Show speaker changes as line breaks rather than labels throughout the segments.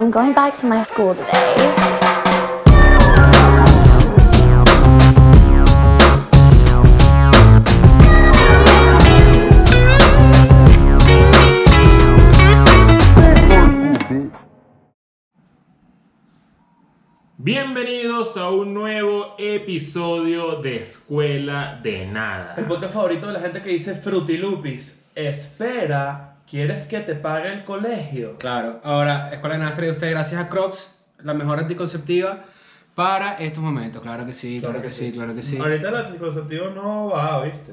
I'm going back to my school today.
Bienvenidos a un nuevo episodio de Escuela de
El
Nada.
podcast favorito de la gente que dice Frutilupis. Espera, ¿quieres que te pague el colegio?
Claro. Ahora, Escuela de Nada traído a ustedes gracias a Crocs, la mejor anticonceptiva para estos momentos. Claro que sí, claro, que, sí, claro que sí. Ahorita,
Ahorita el anticonceptivo no va, ¿viste?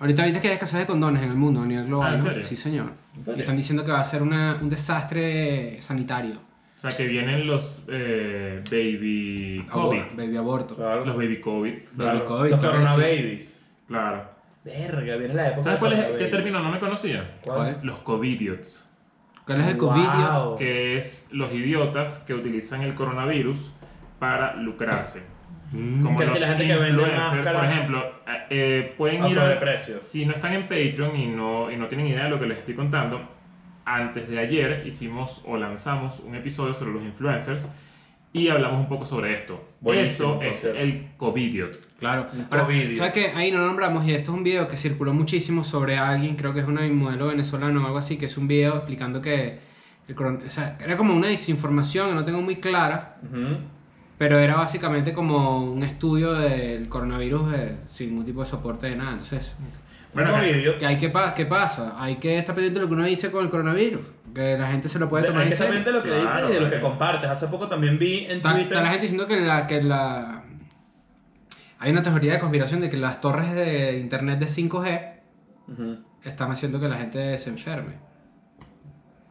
viste que hay escasez de condones en el mundo a nivel global.
Ah, ¿en
¿no?
serio?
Sí, señor.
¿En serio?
Y están diciendo que va a ser una- un desastre sanitario.
O sea que vienen los eh, baby COVID.
Aborto, baby aborto.
Claro.
Los baby COVID.
Baby
Claro.
COVID,
Los
claro que sí.
coronababies.
claro.
Verga, viene la época.
¿Sabes
de
cuál es, qué
coronababies.
término no me conocía?
¿Cuál?
Los COVIDiots.
¿Cuál es el
Wow.
COVID?
Oh.
Que es los idiotas que utilizan el coronavirus para lucrarse.
Mm.
Como
Que
los
si la gente que vende
influencers, por
máscaras-
ejemplo, eh, eh, pueden
A
ir a,
sobreprecios.
Si no están en Patreon y no, y no tienen idea de lo que les estoy contando, antes de ayer hicimos o lanzamos un episodio sobre los influencers y hablamos un poco sobre esto.
Buenísimo,
Eso
por
es
cierto.
el COVIDiot.
Claro.
Un
Ahora,
COVID.
¿Sabes qué? Ahí no nombramos y esto es un video que circuló muchísimo sobre alguien, creo que es una modelo venezolano o algo así, que es un video explicando que... el coron- o sea, era como una desinformación, no tengo muy clara,
Ujú.
pero era básicamente como un estudio del coronavirus eh, sin ningún tipo de soporte de nada. Entonces,
Bueno,
Un
que-
covidio.
¿qué, hay que pa- ¿qué pasa? Hay que estar pendiente de lo que uno dice con el coronavirus, que la gente se lo puede
De-
tomar en
Exactamente
serio.
lo que
Claro,
dices y de lo que
marico.
compartes. Hace poco también vi en
Está, está la
Twitter.
gente diciendo que la... Que la... Hay una teoría de conspiración de que las torres de internet de 5G
Ujú.
están haciendo que la gente se enferme.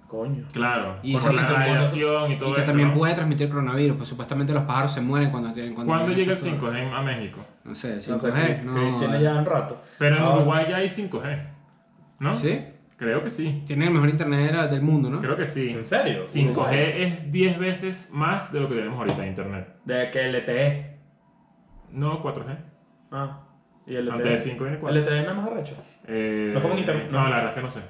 Coño.
Claro,
Y
por
se
la
hace
radiación y todo
y que
esto,
también
¿no?
puede transmitir coronavirus, pues supuestamente los pájaros se mueren cuando tienen... Cuando
¿Cuándo
tienen
llega el
ese problema.
5G a México?
No sé, el 5G.
No sé, Chris-
no, eh.
Chris tiene ya un rato.
Pero en
Ah,
Uruguay ya hay 5G, ¿no?
¿Sí?
Creo que sí.
Tiene el mejor internet de la- del mundo, ¿no?
Creo que sí.
¿En serio?
5G
Uruguay.
es 10 veces más de lo que tenemos ahorita de internet.
De E que LTE.
No 4G.
Ah. Y LTE.
Antes de 5 viene 4.
LTE nada más arrecho.
Ah,
Eh,
No como en internet,
No,
no.
la verdad es que no sé.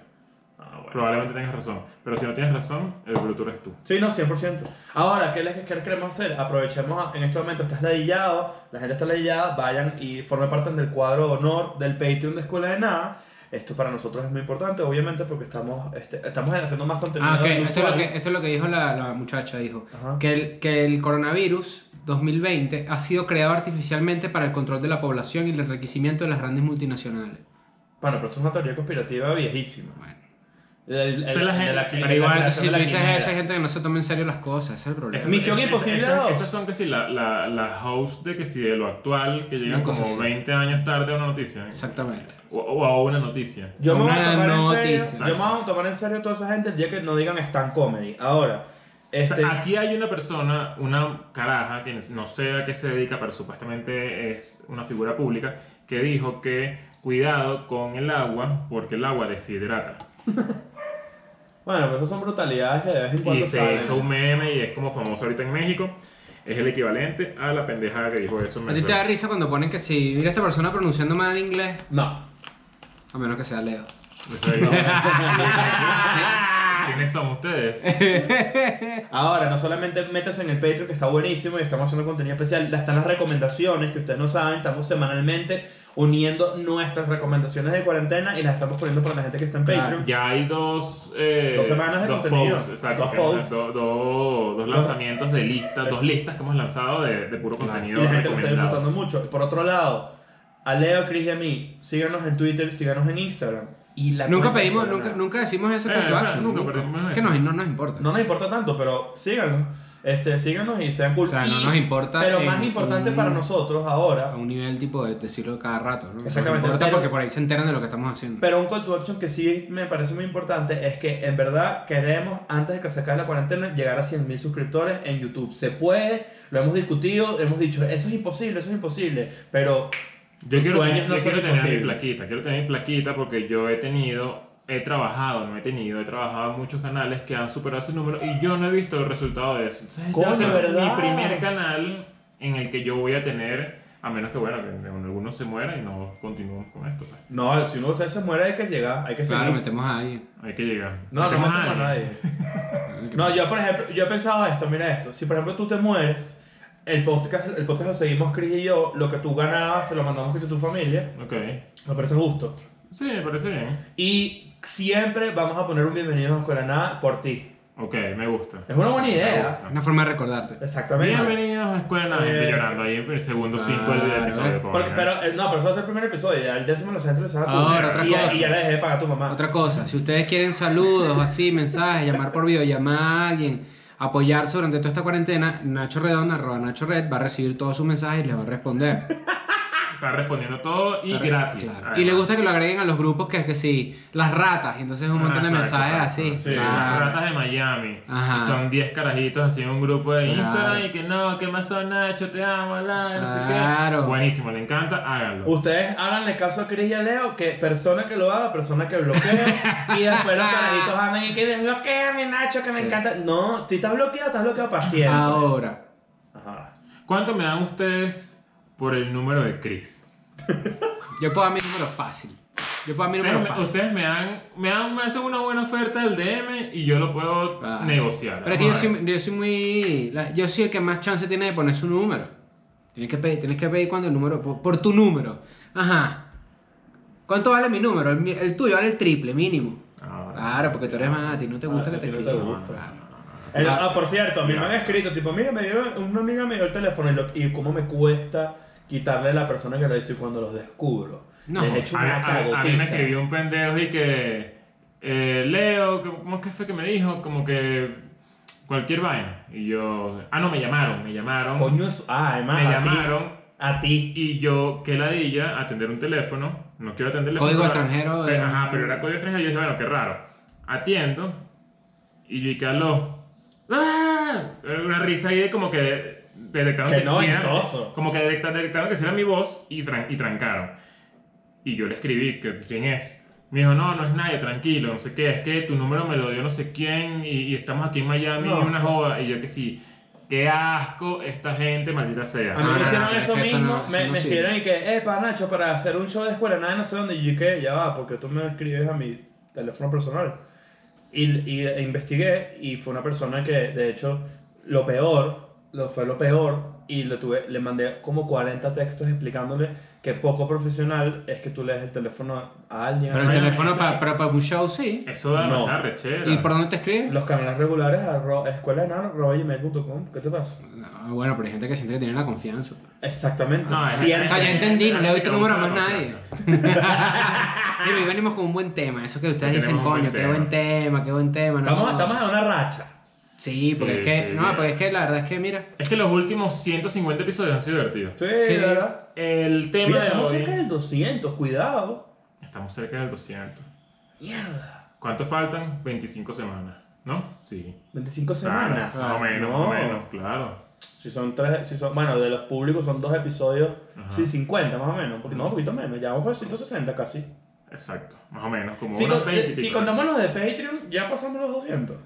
Ah, bueno.
Probablemente tengas razón. Pero si no tienes razón, el Bluetooth es tú.
Sí, no, 100%. Ahora, ¿qué es que qué queremos hacer? Aprovechemos, a- en este momento estás ladillado, la gente está ladillada, vayan y formen parte del cuadro de honor del Patreon de Escuela de Nada. Esto para nosotros es muy importante, obviamente, porque estamos, este, estamos haciendo más contenido.
Ah, ok.
del
Esto es, lo
usual.
que, esto es lo que dijo la, la muchacha, dijo.
Ajá.
Que el, que el coronavirus 2020 ha sido creado artificialmente para el control de la población y el enriquecimiento de las grandes multinacionales.
Bueno, pero eso es una teoría conspirativa viejísima.
Bueno.
El- el-
Esa es la
de
gente-
la qui-
Pero
de la
igual,
creación
si
de la
tú dices
quimera.
eso, hay gente que no se toma en serio las cosas. Ese es el problema.
Esas-
Misión
esas-
Imposible
esas-
dos.
Esas son que si la, la, las hosts de que si de lo actual, que llegan
Una cosa
como
así.
20 años tarde a una noticia.
Exactamente.
O, o a una noticia.
Yo me, voy a
Una
tomar en serio,
noticia.
yo me voy a tomar en serio a toda esa gente el día que no digan stand comedy. Ahora,
O sea,
este,
aquí hay una persona, una caraja, que no sé a qué se dedica, pero supuestamente es una figura pública, que dijo que cuidado con el agua, porque el agua deshidrata.
bueno, pero esas son brutalidades que de vez en cuando
Y se
salen.
hizo un meme y es como famoso ahorita en México. Es el equivalente a la pendejada que dijo eso en
A ti te da
Venezuela.
risa cuando ponen que si mira esta persona pronunciando mal el inglés,
No,
a menos que sea Leo.
No sé, ¿no? ¿Quiénes son ustedes?
Ahora, no solamente métanse en el Patreon, que está buenísimo y estamos haciendo contenido especial, la- están las recomendaciones que ustedes no saben, estamos semanalmente uniendo nuestras recomendaciones de cuarentena y las estamos poniendo para la gente que está en
Claro.
Patreon.
Ya hay dos... eh,
Dos semanas de contenido.
posts, exacto,
Dos
que-
posts.
do- do- dos lanzamientos de listas, dos listas que hemos lanzado de, de puro
Claro.
y
contenido
la gente lo está
recomendado.
disfrutando mucho. Por otro lado, a Leo, Chris y a mí, síganos en Twitter, síganos en Instagram. Y la
Nunca
cuenta
pedimos,
de
nunca,
Nada.
nunca decimos ese
Eh,
call to
claro,
action,
nunca pedimos
Que
eso.
nos, no nos importa.
No nos importa tanto, pero síganos. Este, síganos y sean cool.
O sea, no
Y-
nos importa
Pero
en
más importante
un-
para nosotros ahora
a un nivel tipo de decirlo cada rato, ¿no?
Exactamente,
No importa
pero-
porque por ahí se enteran de lo que estamos haciendo.
Pero un call to action que sí me parece muy importante es que en verdad queremos, antes de que se acabe la cuarentena, llegar a 100.000 suscriptores en YouTube. Se puede, lo hemos discutido, hemos dicho, eso es imposible, eso es imposible, pero
Yo
Tus
quiero,
sueños
tener-
no
yo
son
quiero tener mi
imposibles.
plaquita, quiero tener mi plaquita porque yo he tenido, he trabajado, no he tenido, he trabajado en muchos canales que han superado ese número y yo no he visto el resultado de eso. Entonces, este va a
Coño,
ser
¿verdad?
mi primer canal en el que yo voy a tener, a menos que bueno, que alguno se muera y no continuemos con esto. pues.
no, si uno de ustedes se muere hay que llegar, hay que
claro,
seguir.
metemos a alguien.
Hay que llegar.
No, no
Metemos a
matemos a nadie.
el que-
No, yo por ejemplo, yo he pensado esto, mira esto. Si por ejemplo tú te mueres, el podcast, el podcast lo seguimos Chris y yo, lo que tú ganabas se lo mandamos que a tu familia.
Ok.
Me parece justo.
Sí, me parece bien.
Y siempre vamos a poner un bienvenido a Escuela Nada por ti.
Ok, me gusta.
Es una buena
Me
idea.
gusta.
Una forma de recordarte.
Exactamente.
Bienvenidos a Escuela de la Gente
Yes.
Llorando. Ahí el segundo 5 del
Claro.
episodio. coño.
Ah, Porque, pero, eh, no, pero eso va a ser el primer episodio. Ya el décimo lo sabes interesado tú.
Ahora, Ah, otra
y, ya-
cosa.
y ya le dejé de pagar a tu mamá.
Otra cosa, si ustedes quieren saludos, así, mensajes, llamar por videollamada a alguien, apoyarse durante toda esta cuarentena, Nacho Redonda, arroba Nacho Red, va a recibir todos sus mensajes y les va a responder.
Está respondiendo todo y
Está re-
gratis.
claro. Y le
además.
gusta que lo agreguen a los grupos que es que sí, las ratas, y entonces un montón
Ah,
de
exacto,
mensajes
exacto.
así.
Sí,
claro.
Las ratas de Miami.
Ajá.
Son 10 carajitos así en un grupo de
Claro.
Instagram y que no, que más son Nacho, te amo, la, no sé qué.
Claro.
Buenísimo, le encanta, háganlo.
Ustedes háganle caso a Chris y a Leo, que persona que lo haga, persona que bloquea. y después los carajitos andan y que desbloquea mi Nacho, que me
Ah. Sí. Ah, oh.
encanta. No, si estás bloqueado, estás bloqueado para siempre.
Ahora,
Ajá.
¿Cuánto me dan ustedes por el número de Chris?
yo puedo dar mi número fácil. Yo puedo dar mi número
Ustedes, me,
fácil.
ustedes me dan, me dan me hacen una buena oferta del DM y yo lo puedo
Claro.
negociar.
Pero es que yo
Vamos a ver.
soy, yo soy muy. la- Yo soy el que más chance tiene de poner su número. Tienes que pedir, tienes que pedir cuando el número. Por, por tu número. Ajá. ¿Cuánto vale mi número? El, mi- el tuyo vale el triple, mínimo.
Ah,
Claro, porque tú eres más. A ti no te
Ah,
gusta
a
que te
ti no te
escriban.
gusta.
Claro.
El-
Claro.
ah, por cierto, a mí me han
Claro.
escrito, tipo, mira, me dio, una amiga me dio el teléfono y, lo- y cómo me cuesta quitarle a la persona que lo hizo y cuando los descubro.
No.
les echo
A,
una
a- a mí me
cagotiza.
escribió un pendejo y que eh, Leo, que- ¿cómo es que fue que me dijo? Como que cualquier vaina. Y yo, ah, no, me llamaron, me llamaron.
Coño, eso. Ah, además.
me
a ti-
llamaron
A ti.
y yo, qué ladilla, atender un teléfono. No quiero atender el
Código
teléfono,
extranjero,
pero-
eh.
ajá, pero era código extranjero. Y yo dije, bueno, qué raro. Atiendo y yo, y que aló. ¡Ah! Era Una risa ahí de como que detectaron
Qué
que sí era-
noventoso.
Como que detecta- detectaron que sí era mi voz y, tran- y trancaron. Y yo le escribí, que, ¿quién es? Me dijo, no, no es nadie, tranquilo, no sé qué, es que tu número me lo dio no sé quién y, y estamos aquí en Miami
No.
y una joda. Y yo que sí, qué asco esta gente, maldita sea.
A mí
Ah,
me hicieron
pero
eso
es que eso
mismo,
no- eso
me,
no
me
sirve.
escribieron y que, epa, Nacho, para hacer un show de escuela, nada, no sé dónde. Y yo, ¿y qué? Ya va, porque tú me escribes a mi teléfono personal. Y, y e investigué y fue una persona que, de hecho, lo peor, lo fue lo peor, y le, tuve, le mandé como 40 textos explicándole que poco profesional es que tú le des el teléfono a alguien.
Pero el
así.
Esa-
teléfono
esa-
para, para, para un show sí.
Eso da
No.
demasiada rechera.
¿Y por dónde te escribes?
Los canales regulares a ro- escuela de nano, arroba gmail.com. ¿Qué te pasa?
No, bueno, pero hay gente que siente que tiene la confianza.
Exactamente.
No, es-
O
Siempre.
sea, ya entendí, no le doy
Te
tu número a más
vamos a dar
nadie. Y hoy venimos con un buen tema, eso que ustedes
Tenemos
dicen,
un buen
coño, qué
tema.
buen tema, qué buen tema. no.
Estamos, estamos en una racha.
Sí, porque
Sí,
es que,
sí,
no,
bien.
porque es que la verdad es que, mira,
Es que los últimos 150 episodios han sido divertidos.
Sí,
Sí.
¿verdad?
El tema
Mira,
de
estamos
hoy...
cerca del 200, cuidado.
Estamos cerca del 200.
Mierda.
¿Cuánto faltan? 25 semanas, ¿no? Sí.
25 semanas.
Ah, Más o menos, más
No.
o menos, claro.
Si son tres, si son, bueno, de los públicos son dos episodios,
Ajá.
sí, 50 más o menos, porque no, un poquito menos, ya vamos por 160 casi.
Exacto, más o menos, como
Si,
unos
con- eh,
20 y
si
pico.
contamos los de Patreon, ya pasamos los 200.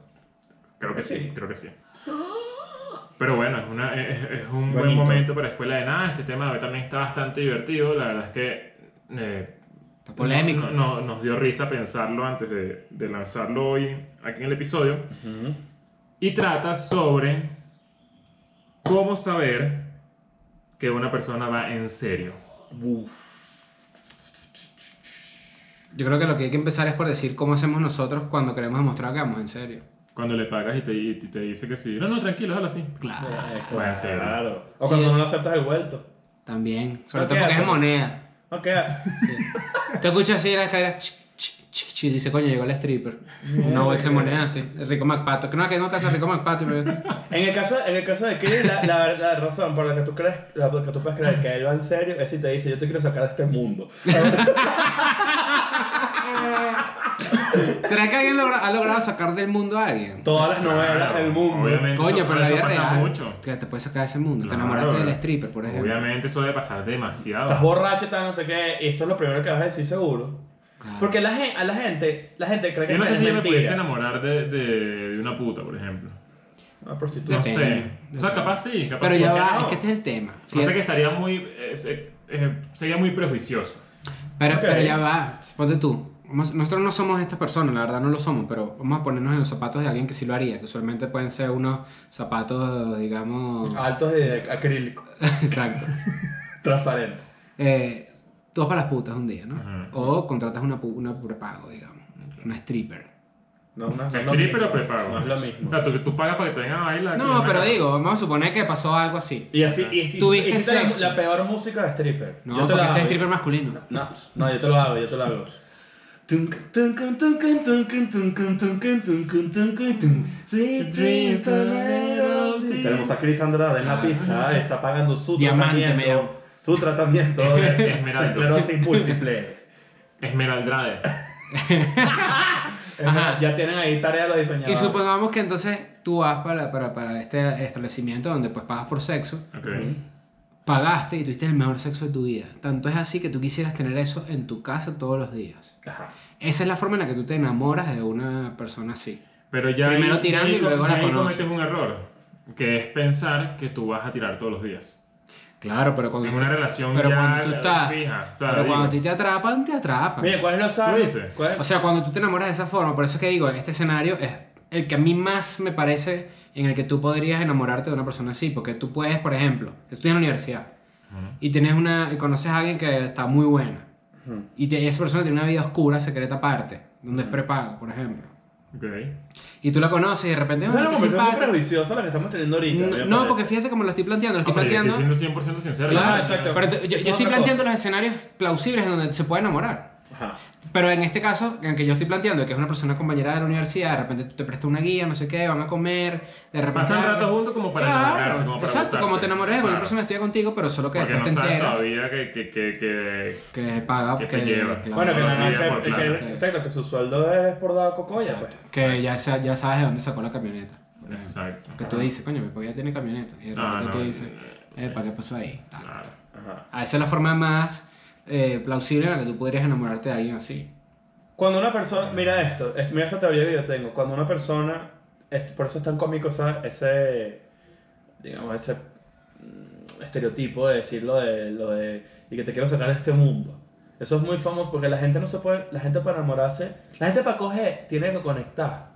Creo que sí,
Sí.
creo que sí.
Ah.
Pero bueno, es, una, es, es un buen
Bonito.
momento para Escuela de Nada. Este tema hoy también está bastante divertido. La verdad es que... eh,
está polémico.
no- no- nos dio risa pensarlo antes de, de lanzarlo hoy aquí en el episodio. Y trata sobre cómo saber que una persona va en serio.
Uf.
Yo creo que lo que hay que empezar es por decir cómo hacemos nosotros cuando queremos demostrar que vamos en serio.
Cuando le pagas y te, y te dice que sí. No, no, tranquilo, habla así.
Claro.
Eh,
Puede ser.
claro. O
Sí.
cuando no lo aceptas el vuelto.
También, sobre
Ok,
todo porque es
pero-
moneda.
Ok.
Sí. Tú escuchas así en las escaleras, ch, ch, ch, ch, y dice, coño, llegó el stripper. No, bolsa de moneda, sí. El Rico McPato. Que no, que tengo que hacer Rico McPato. pero-
En el caso, en el caso de Chris, la, la- la razón por la que tú crees, la por la que tú puedes creer que él va en serio es si te dice, yo te quiero sacar de este mundo.
¿Será que alguien logra- ha logrado sacar del mundo a alguien?
Todas las novelas
Claro,
del mundo.
Obviamente,
Coño,
eso,
pero en la
eso
vida
pasa
real.
mucho.
Que te puedes sacar de ese mundo.
Claro.
te enamoraste del stripper, por ejemplo.
Obviamente, eso debe pasar
Estás
demasiado.
borracho, estás no sé qué, y eso es lo primero que vas a decir seguro.
Claro.
Porque la gen- a la gente, la gente cree que
Yo no sé
es
si yo me
mentira.
pudiese enamorar de, de- de una puta, por ejemplo.
Una prostituta.
No
Depende,
sé. O sea,
depende.
capaz sí, capaz
Pero
sí.
ya
¿por qué
va,
no?
es que este es el tema.
No sé
Fíjate-
que estaría muy. eh, se- eh, sería muy prejuicioso.
Pero,
Ok.
pero ya va, ponte tú. vamos- nosotros no somos estas personas, la verdad no lo somos, pero vamos a ponernos en los zapatos de alguien que sí lo haría, que usualmente pueden ser unos zapatos, digamos...
Altos de acrílico,
Exacto.
transparente.
Eh, todos para las putas un día, ¿no?
Ajá.
O contratas una, pu- una prepago, digamos, una stripper.
No, no, no es lo
Stripper
mismo,
o prepago.
No es lo mismo.
O sea, tú, tú pagas para que te vengan a bailar. aquí en
No,
una
pero
casa.
digo, vamos a suponer que pasó algo así.
Y así, y, y-
Tuviste
hiciste la,
sexo.
la peor música de stripper.
No, porque este es stripper masculino.
No, no, yo te lo hago, yo te lo hago. Sweet dreams are made of this. Ah. Tenemos a Chris Andrade en la pista, está pagando su
Diamante, me llamo.
tratamiento, su tratamiento de
Esmeralda.
esclerosis múltiple.
Esmeraldrade.
Es verdad, Ya tienen ahí tarea los
Y
diseñadores.
supongamos que entonces tú vas para, para, para este establecimiento donde pues pagas por sexo,
Ok.
pagaste y tuviste el mejor sexo de tu vida. Tanto es así que tú quisieras tener eso en tu casa todos los días.
Ajá.
Esa es la forma en la que tú te enamoras de una persona así.
Pero ya
Primero
ahí-
tirando
ya
y
ahí-
luego la
ya ahí
conoces.
cometes un error, que es pensar que tú vas a tirar todos los días.
Claro, pero cuando,
Es
tú-
una relación
pero
ya
cuando tú estás,
fija. O sea,
pero cuando a
digo-
ti te atrapan, te atrapan.
Mira, ¿cuál es lo
¿Tú
sabio?
dices?
¿Cuál es-
O sea, cuando tú te enamoras de esa forma, por eso es que digo, este escenario es el que a mí más me parece en el que tú podrías enamorarte de una persona así, porque tú puedes, por ejemplo, estudias en la universidad
Ujú.
y tienes una y conoces a alguien que está muy buena
Ujú.
y te- esa persona tiene una vida oscura, secreta aparte, donde es prepago, por ejemplo.
Ok.
Y tú la conoces y de repente
Es una
"Ay, qué
conversación muy
simpática".
prejuiciosa la que estamos teniendo ahorita. me
No, no,
parece.
porque fíjate cómo lo estoy planteando, lo
Ah,
estoy
pero yo
planteando.
estoy siendo 100% sincero.
Claro,
Ah, exacto.
pero te- yo, yo
Eso es
estoy
otra
planteando los escenarios plausibles en donde se puede enamorar.
Ajá.
Pero en este caso, en el que yo estoy planteando, que es una persona compañera de la universidad, de repente tú te prestas una guía, no sé qué, van a comer, de repente...
Pasan rato juntos como para
Claro,
enamorarse, como para
Exacto, como
gustarse.
te enamoras de cualquier
Claro.
persona estudia contigo, pero solo que
Porque no
después te
sabes
enteras
todavía que, que, que, que-
que paga,
que
que,
te lleva.
claro,
Bueno, que
no
la
se
noche,
diga por
que-
plata.
que- exacto, que su sueldo es por dado cocoya, pues.
exacto, que ya, sa- ya sabes de dónde sacó la camioneta. por ejemplo.
Exacto.
Que tú dices, coño, mi papá ya tiene camioneta. Y de
No,
repente
no,
tú dices,
no,
epa, ¿qué pasó ahí? Ta, ta, ta.
Claro.
Ajá.
Ah, Esa es la forma más eh, plausible en la que tú podrías enamorarte de alguien así.
Cuando una persona, mira esto, es- mira esta teoría que yo tengo, cuando una persona, es- por eso es tan cómico esa- ese, digamos, ese mm, estereotipo de decir lo de, lo de, y que te quiero sacar de este mundo. Eso es muy famoso porque la gente no se puede, la gente para enamorarse, la gente para coger tiene que conectar.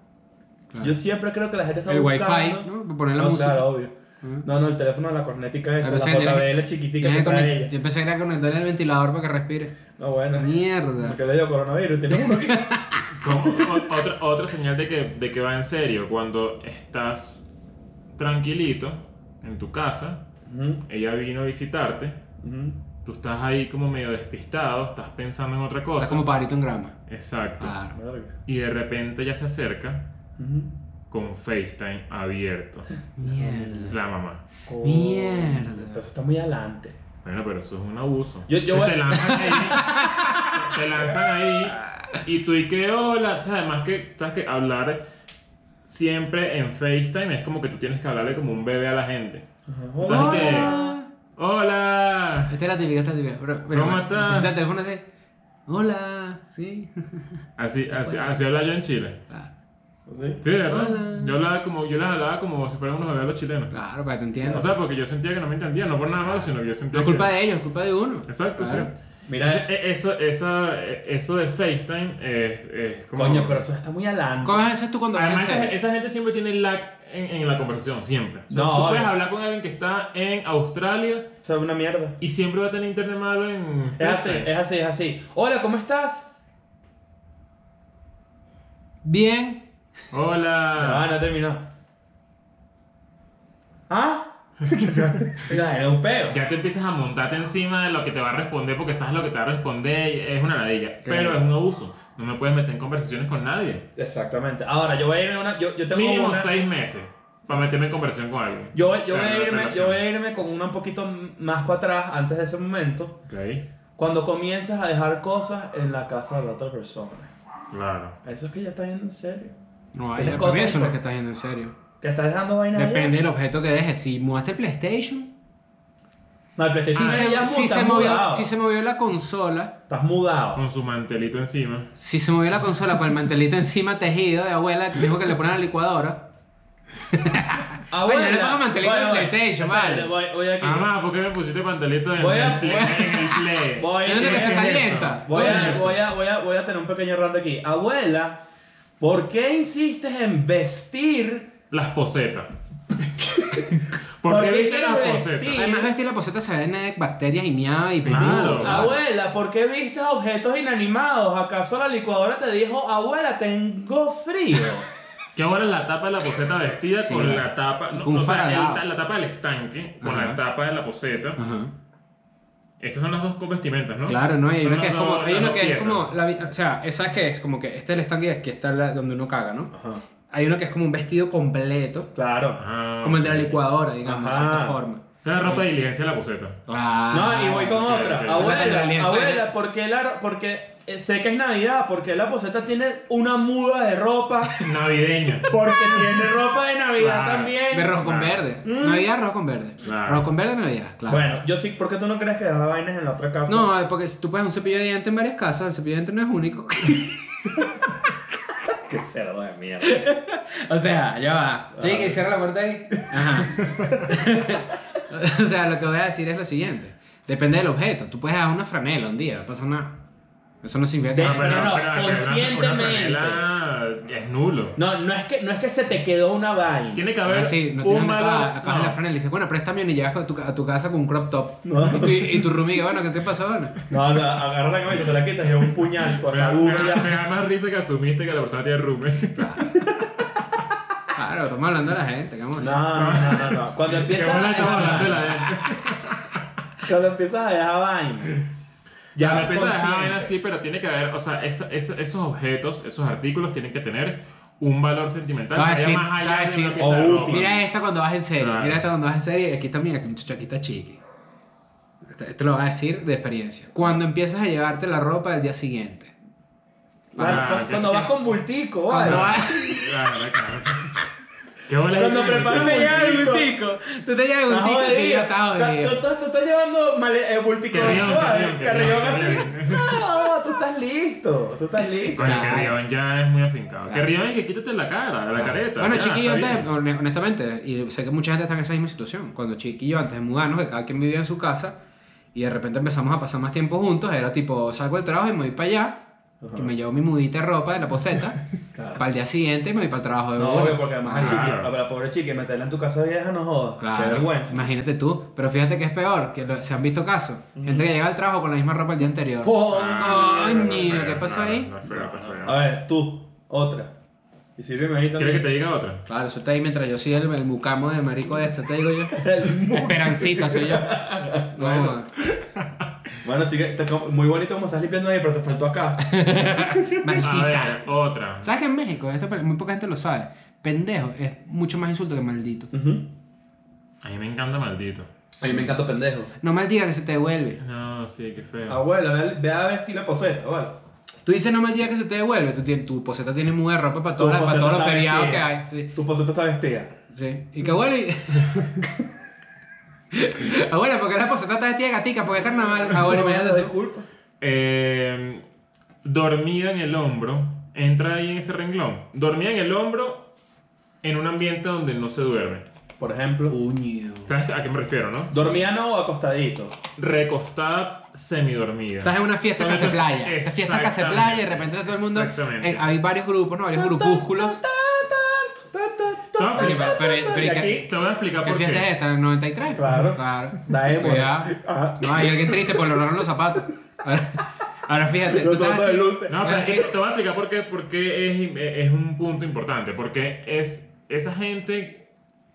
Claro.
Yo siempre creo que la gente está
Ah. El wifi,
buscando...
¿no? Para poner la
No,
música.
Claro, obvio.
Ujú.
No, no, el teléfono de la cornética esa,
Pero
la
sí, tiene que-
JBL chiquitica
Tiene
que
que
trae
conect- Yo
ella.
empecé a conectarle el ventilador para que respire.
No, bueno.
Mierda.
Porque le dio coronavirus, tiene uno aquí.
Como o- otra, otra señal de que, de que va en serio, cuando estás tranquilito en tu casa,
Ujú,
ella vino a visitarte,
ujú.
tú estás ahí como medio despistado, estás pensando en otra cosa.
Está como Ah, pajarito en grama.
Exacto.
Claro.
Verga.
Y de repente ella se acerca
Ujú.
con FaceTime abierto.
Mierda.
La mamá.
Coño,
Mierda.
Pero eso está muy adelante.
Bueno, pero eso es un abuso.
Yo- yo
O sea,
voy-
te lanzan ahí. te lanzan ahí. Y tú y que hola. O sea, además que, sabes que hablar siempre en FaceTime es como que tú tienes que hablarle como un bebé a la gente. Entonces,
Hola.
que, hola.
Esta es la típica, esta es la típica. Pero, pero,
¿Cómo
me-
estás?
me pusiste el teléfono así. Hola. Sí.
Así, así, así habla yo en Chile.
Ah,
¿Sí?
Sí, ¿verdad?
Hola.
Yo hablaba como, yo las hablaba como si fueran unos bebés los chilenos.
Claro, para que te entiendas.
O sea, porque yo sentía que no me entendían, no por nada malo, sino que yo
no
sentía
es
que-
culpa de ellos, es culpa de uno.
Exacto,
Claro.
sí.
Mira,
Entonces, e- eso, esa, e- eso de FaceTime es, es como...
coño, pero eso está muy adelante.
¿Cómo haces tú cuando
Además,
vas a
esa,
hacer?
esa gente siempre tiene lag en, en la conversación, siempre. O sea,
No,
tú
obvio.
puedes hablar con alguien que está en Australia
Eso es una mierda.
y siempre va a tener internet malo en
Es así,
FaceTime.
es así, es así. Hola, ¿cómo estás?
Bien.
Hola.
Ah, no terminó. ¿Ah? Mira, era un peo.
Ya te empiezas a montarte encima de lo que te va a responder porque sabes lo que te va a responder y es una ladilla. Pero es un abuso. No me puedes meter en conversaciones con nadie.
Exactamente. Ahora, yo voy a irme a una. Yo, yo tengo
Mínimo
una.
seis meses para meterme en conversación con alguien.
Yo, voy- yo, voy
Claro,
a
la
irme, yo
relación.
voy a irme con una un poquito más para atrás, antes de ese momento,
Ok,
cuando comienzas a dejar cosas en la casa de la otra persona.
claro.
Eso es que ya está yendo en serio.
No,
Tienes
vaya,
cosas
pero eso no
ahí,
es que estás yendo en serio.
Que estás dejando vainas allá.
Depende del objeto que dejes. Si mudaste el PlayStation,
No, el PlayStation
si,
es ya
se,
mu-
si
estás
se movió,
mudado.
si se movió la consola,
Estás mudado.
Con su mantelito encima.
si se movió la consola con el mantelito encima tejido de abuela, dijo que le ponen a la licuadora.
Ah,
Oye, no le pongo mantelito de PlayStation, vale. Ah,
Voy, voy aquí.
Mamá, Ah, ¿por qué me pusiste pantalito en,
Voy
el
a-
play- en el play?
Voy
Yo no sé
aquí.
que se
¿Qué es
calienta.
eso?
Voy a,
Coño,
voy, a, voy, a, voy a tener un pequeño rant aquí. Abuela, ¿por qué insistes en vestir?
Las posetas.
¿Por
¿Por
qué
qué viste
quiero
las
vestir?
posetas?
Además, vestir la poseta se ven eh, bacterias y miada y
Claro.
petiso.
Abuela, ¿por qué vistes objetos inanimados? ¿Acaso la licuadora te dijo, abuela, tengo frío?
Que ahora la tapa de la poseta vestida
Sí.
con la tapa.
Y
No,
con un
o sea,
faralao.
el ta- la tapa del estanque con
Ajá.
la tapa de la poseta.
Ajá.
Esas son las dos co- vestimentas, ¿no?
Claro, no, y hay
Son
una que
las
es como,
dos-
hay
las
una
dos
que es
piezas.
como, la vi- o sea, esa que es como que este es el stand y aquí está la- donde uno caga, ¿no?
Ajá.
Hay uno que es como un vestido completo,
Claro.
Ah,
como el de la
ok.
licuadora, digamos,
Ajá.
de cierta forma.
Esa es la ropa de diligencia de la poseta.
Claro.
No, y voy con
ok,
otra.
ok.
Dale,
Abuela,
dale,
abuela,
dale.
¿por qué la ro- porque eh, sé que es Navidad? ¿Por qué la poseta tiene una muda de ropa?
Navideña.
Porque tiene ropa de Navidad
Claro.
también.
De arroz con
Claro.
verde. Navidad, arroz con verde.
Claro.
Arroz con verde, Navidad, claro.
Bueno, yo sí, ¿por qué tú no crees que dejaba vainas en la otra casa?
No, eh, porque si tú puedes un cepillo de dientes en varias casas, el cepillo de dientes no es único.
Qué cerdo de mierda.
o sea, ya va.
Ah.
Sí, que cierra la puerta ahí. Ajá. o sea, lo que voy a decir es lo siguiente. Depende del objeto. Tú puedes dejar una franela un día, no pasa nada. Eso no significa que...
De-
Ah,
no,
una-
no,
una
conscientemente.
franela es nulo.
No, no es que, no es que se te quedó una vaina.
Tiene que
Ah,
haber
sí, no tienes
un
nada para
balance.
acabar
no.
la franela. Y dices, bueno, préstame una", y llegas a tu, ca- a tu casa con un crop top.
No.
Y, tu, y tu roomie, bueno, ¿qué te pasó? Bueno,
No, no, agarra la camisa, te la quitas y es un puñal, pues
Me
la
da, me da- me
burla.
da más risa que asumiste que la persona tiene rume.
claro, estamos hablando de la gente, ¿qué vamos a hacer?
No, no, no, no, no. Cuando
Que
empiezas,
bueno,
a
estamos hablando de la
dejar,
gente.
cuando empiezas a dejar vaina.
Ya me empieza a dejar
consciente.
vaina así, pero tiene que haber, o sea, esa- esa- esos objetos, esos artículos tienen que tener un valor sentimental.
Te voy a
que vaya
decir,
más
te voy a
allá de
decir,
una pieza de
o
ropa.
útil.
Mira esta cuando vas en serio.
Claro.
Mira esta cuando vas en serio. Aquí está, mira, aquí, muchacho, aquí está chiqui. Te, te lo voy a decir de experiencia. Cuando empiezas a llevarte la ropa del día siguiente.
Vale,
Ah,
cuando-
sí,
cuando
sí.
vas con bultico, vale.
Cuando
Cuando,
vas...
Claro, Ah, claro. Qué bola
Cuando
gente,
preparas
qué
el
bola.
bultico.
Tú te llevas un
estás
tico
jodido.
y yo estaba
Tú-
jodido.
tú, tú estás llevando male- eh, bultico
Carrión,
suave,
carrión,
carrión
carrión,
así.
carrión.
No, tú estás listo, tú estás listo.
Coño,
Claro.
que Rion ya es muy afincado.
Claro.
Que Rion es que quítate la cara, la careta.
Bueno,
ya,
Chiqui y yo
está
antes,
bien.
hone- honestamente, y sé que mucha gente está en esa misma situación. Cuando Chiqui y yo antes de mudarnos, que cada quien vivía en su casa, y de repente empezamos a pasar más tiempo juntos, era tipo, salgo del trabajo y me voy para allá, y me llevo mi mudita de ropa de la poseta,
Claro.
para el día siguiente me voy para el trabajo de
No,
bola.
obvio, porque además a
Claro.
Chiqui, a la pobre Chiqui, meterla en tu casa vieja no jodas.
Claro,
Qué vergüenza.
Imagínate tú, pero fíjate que es peor, que lo- se han visto casos. Gente que llega al trabajo con la misma ropa el día anterior.
Por-
Ah,
Coño,
no, no,
¿qué
no,
pasó
no,
ahí? Ah,
no, es feo, está feo.
A ver, tú, otra. Y sírveme ahí
¿Quieres
también.
que te diga otra?
Claro, suelta ahí mientras yo soy el, el mucamo de marico de este, te digo yo.
El mu-
Esperancita soy yo.
Bueno. Bueno, sí que te- muy bonito como estás limpiando ahí, pero te faltó acá.
No,
A
maldita.
ver, otra.
¿Sabes que en México, esto pero muy poca gente lo sabe, pendejo es mucho más insulto que maldito?
Ujú.
A mí me encanta maldito.
A mí me encanta pendejo.
No maldiga que se te devuelve.
No, sí, qué feo.
Abuela, ve, ve a vestir la poseta, vale.
Tú dices no maldiga que se te devuelve, tú tienes, tu poseta tiene muda de ropa para, todas las- para todos los feriados que hay. Sí.
Tu poseta está vestida.
Sí. Y que abuelo y... abuela, porque la poseta está vestida de gatica, porque es carnaval. Abuela,
No,
imagínate tú.
disculpa.
Eh, dormida en el hombro. Entra ahí en ese renglón. Dormida en el hombro en un ambiente donde no se duerme.
Por ejemplo,
Puño.
¿Sabes a qué me refiero, no?
dormía no o acostadito.
Recostada semidormida.
Estás en una fiesta
Entonces,
casa playa. Una Fiesta casa playa y de repente todo el mundo.
Exactamente.
eh, hay varios grupos, ¿no? Varios grupúsculos.
No,
Pero, pero, pero,
Y
pero,
aquí,
Te voy a explicar
¿Qué
por qué.
fiesta es esta? ¿En 93?
Claro. pues.
Claro.
Da ébola.
Cuidado.
Ajá.
No, hay alguien triste porque le lograron los zapatos. Ahora, ahora fíjate. tú
Los
estás
ojos de
así.
luces.
No, pero es que te- te voy a explicar por qué, por qué es, es un punto importante. Porque es esa gente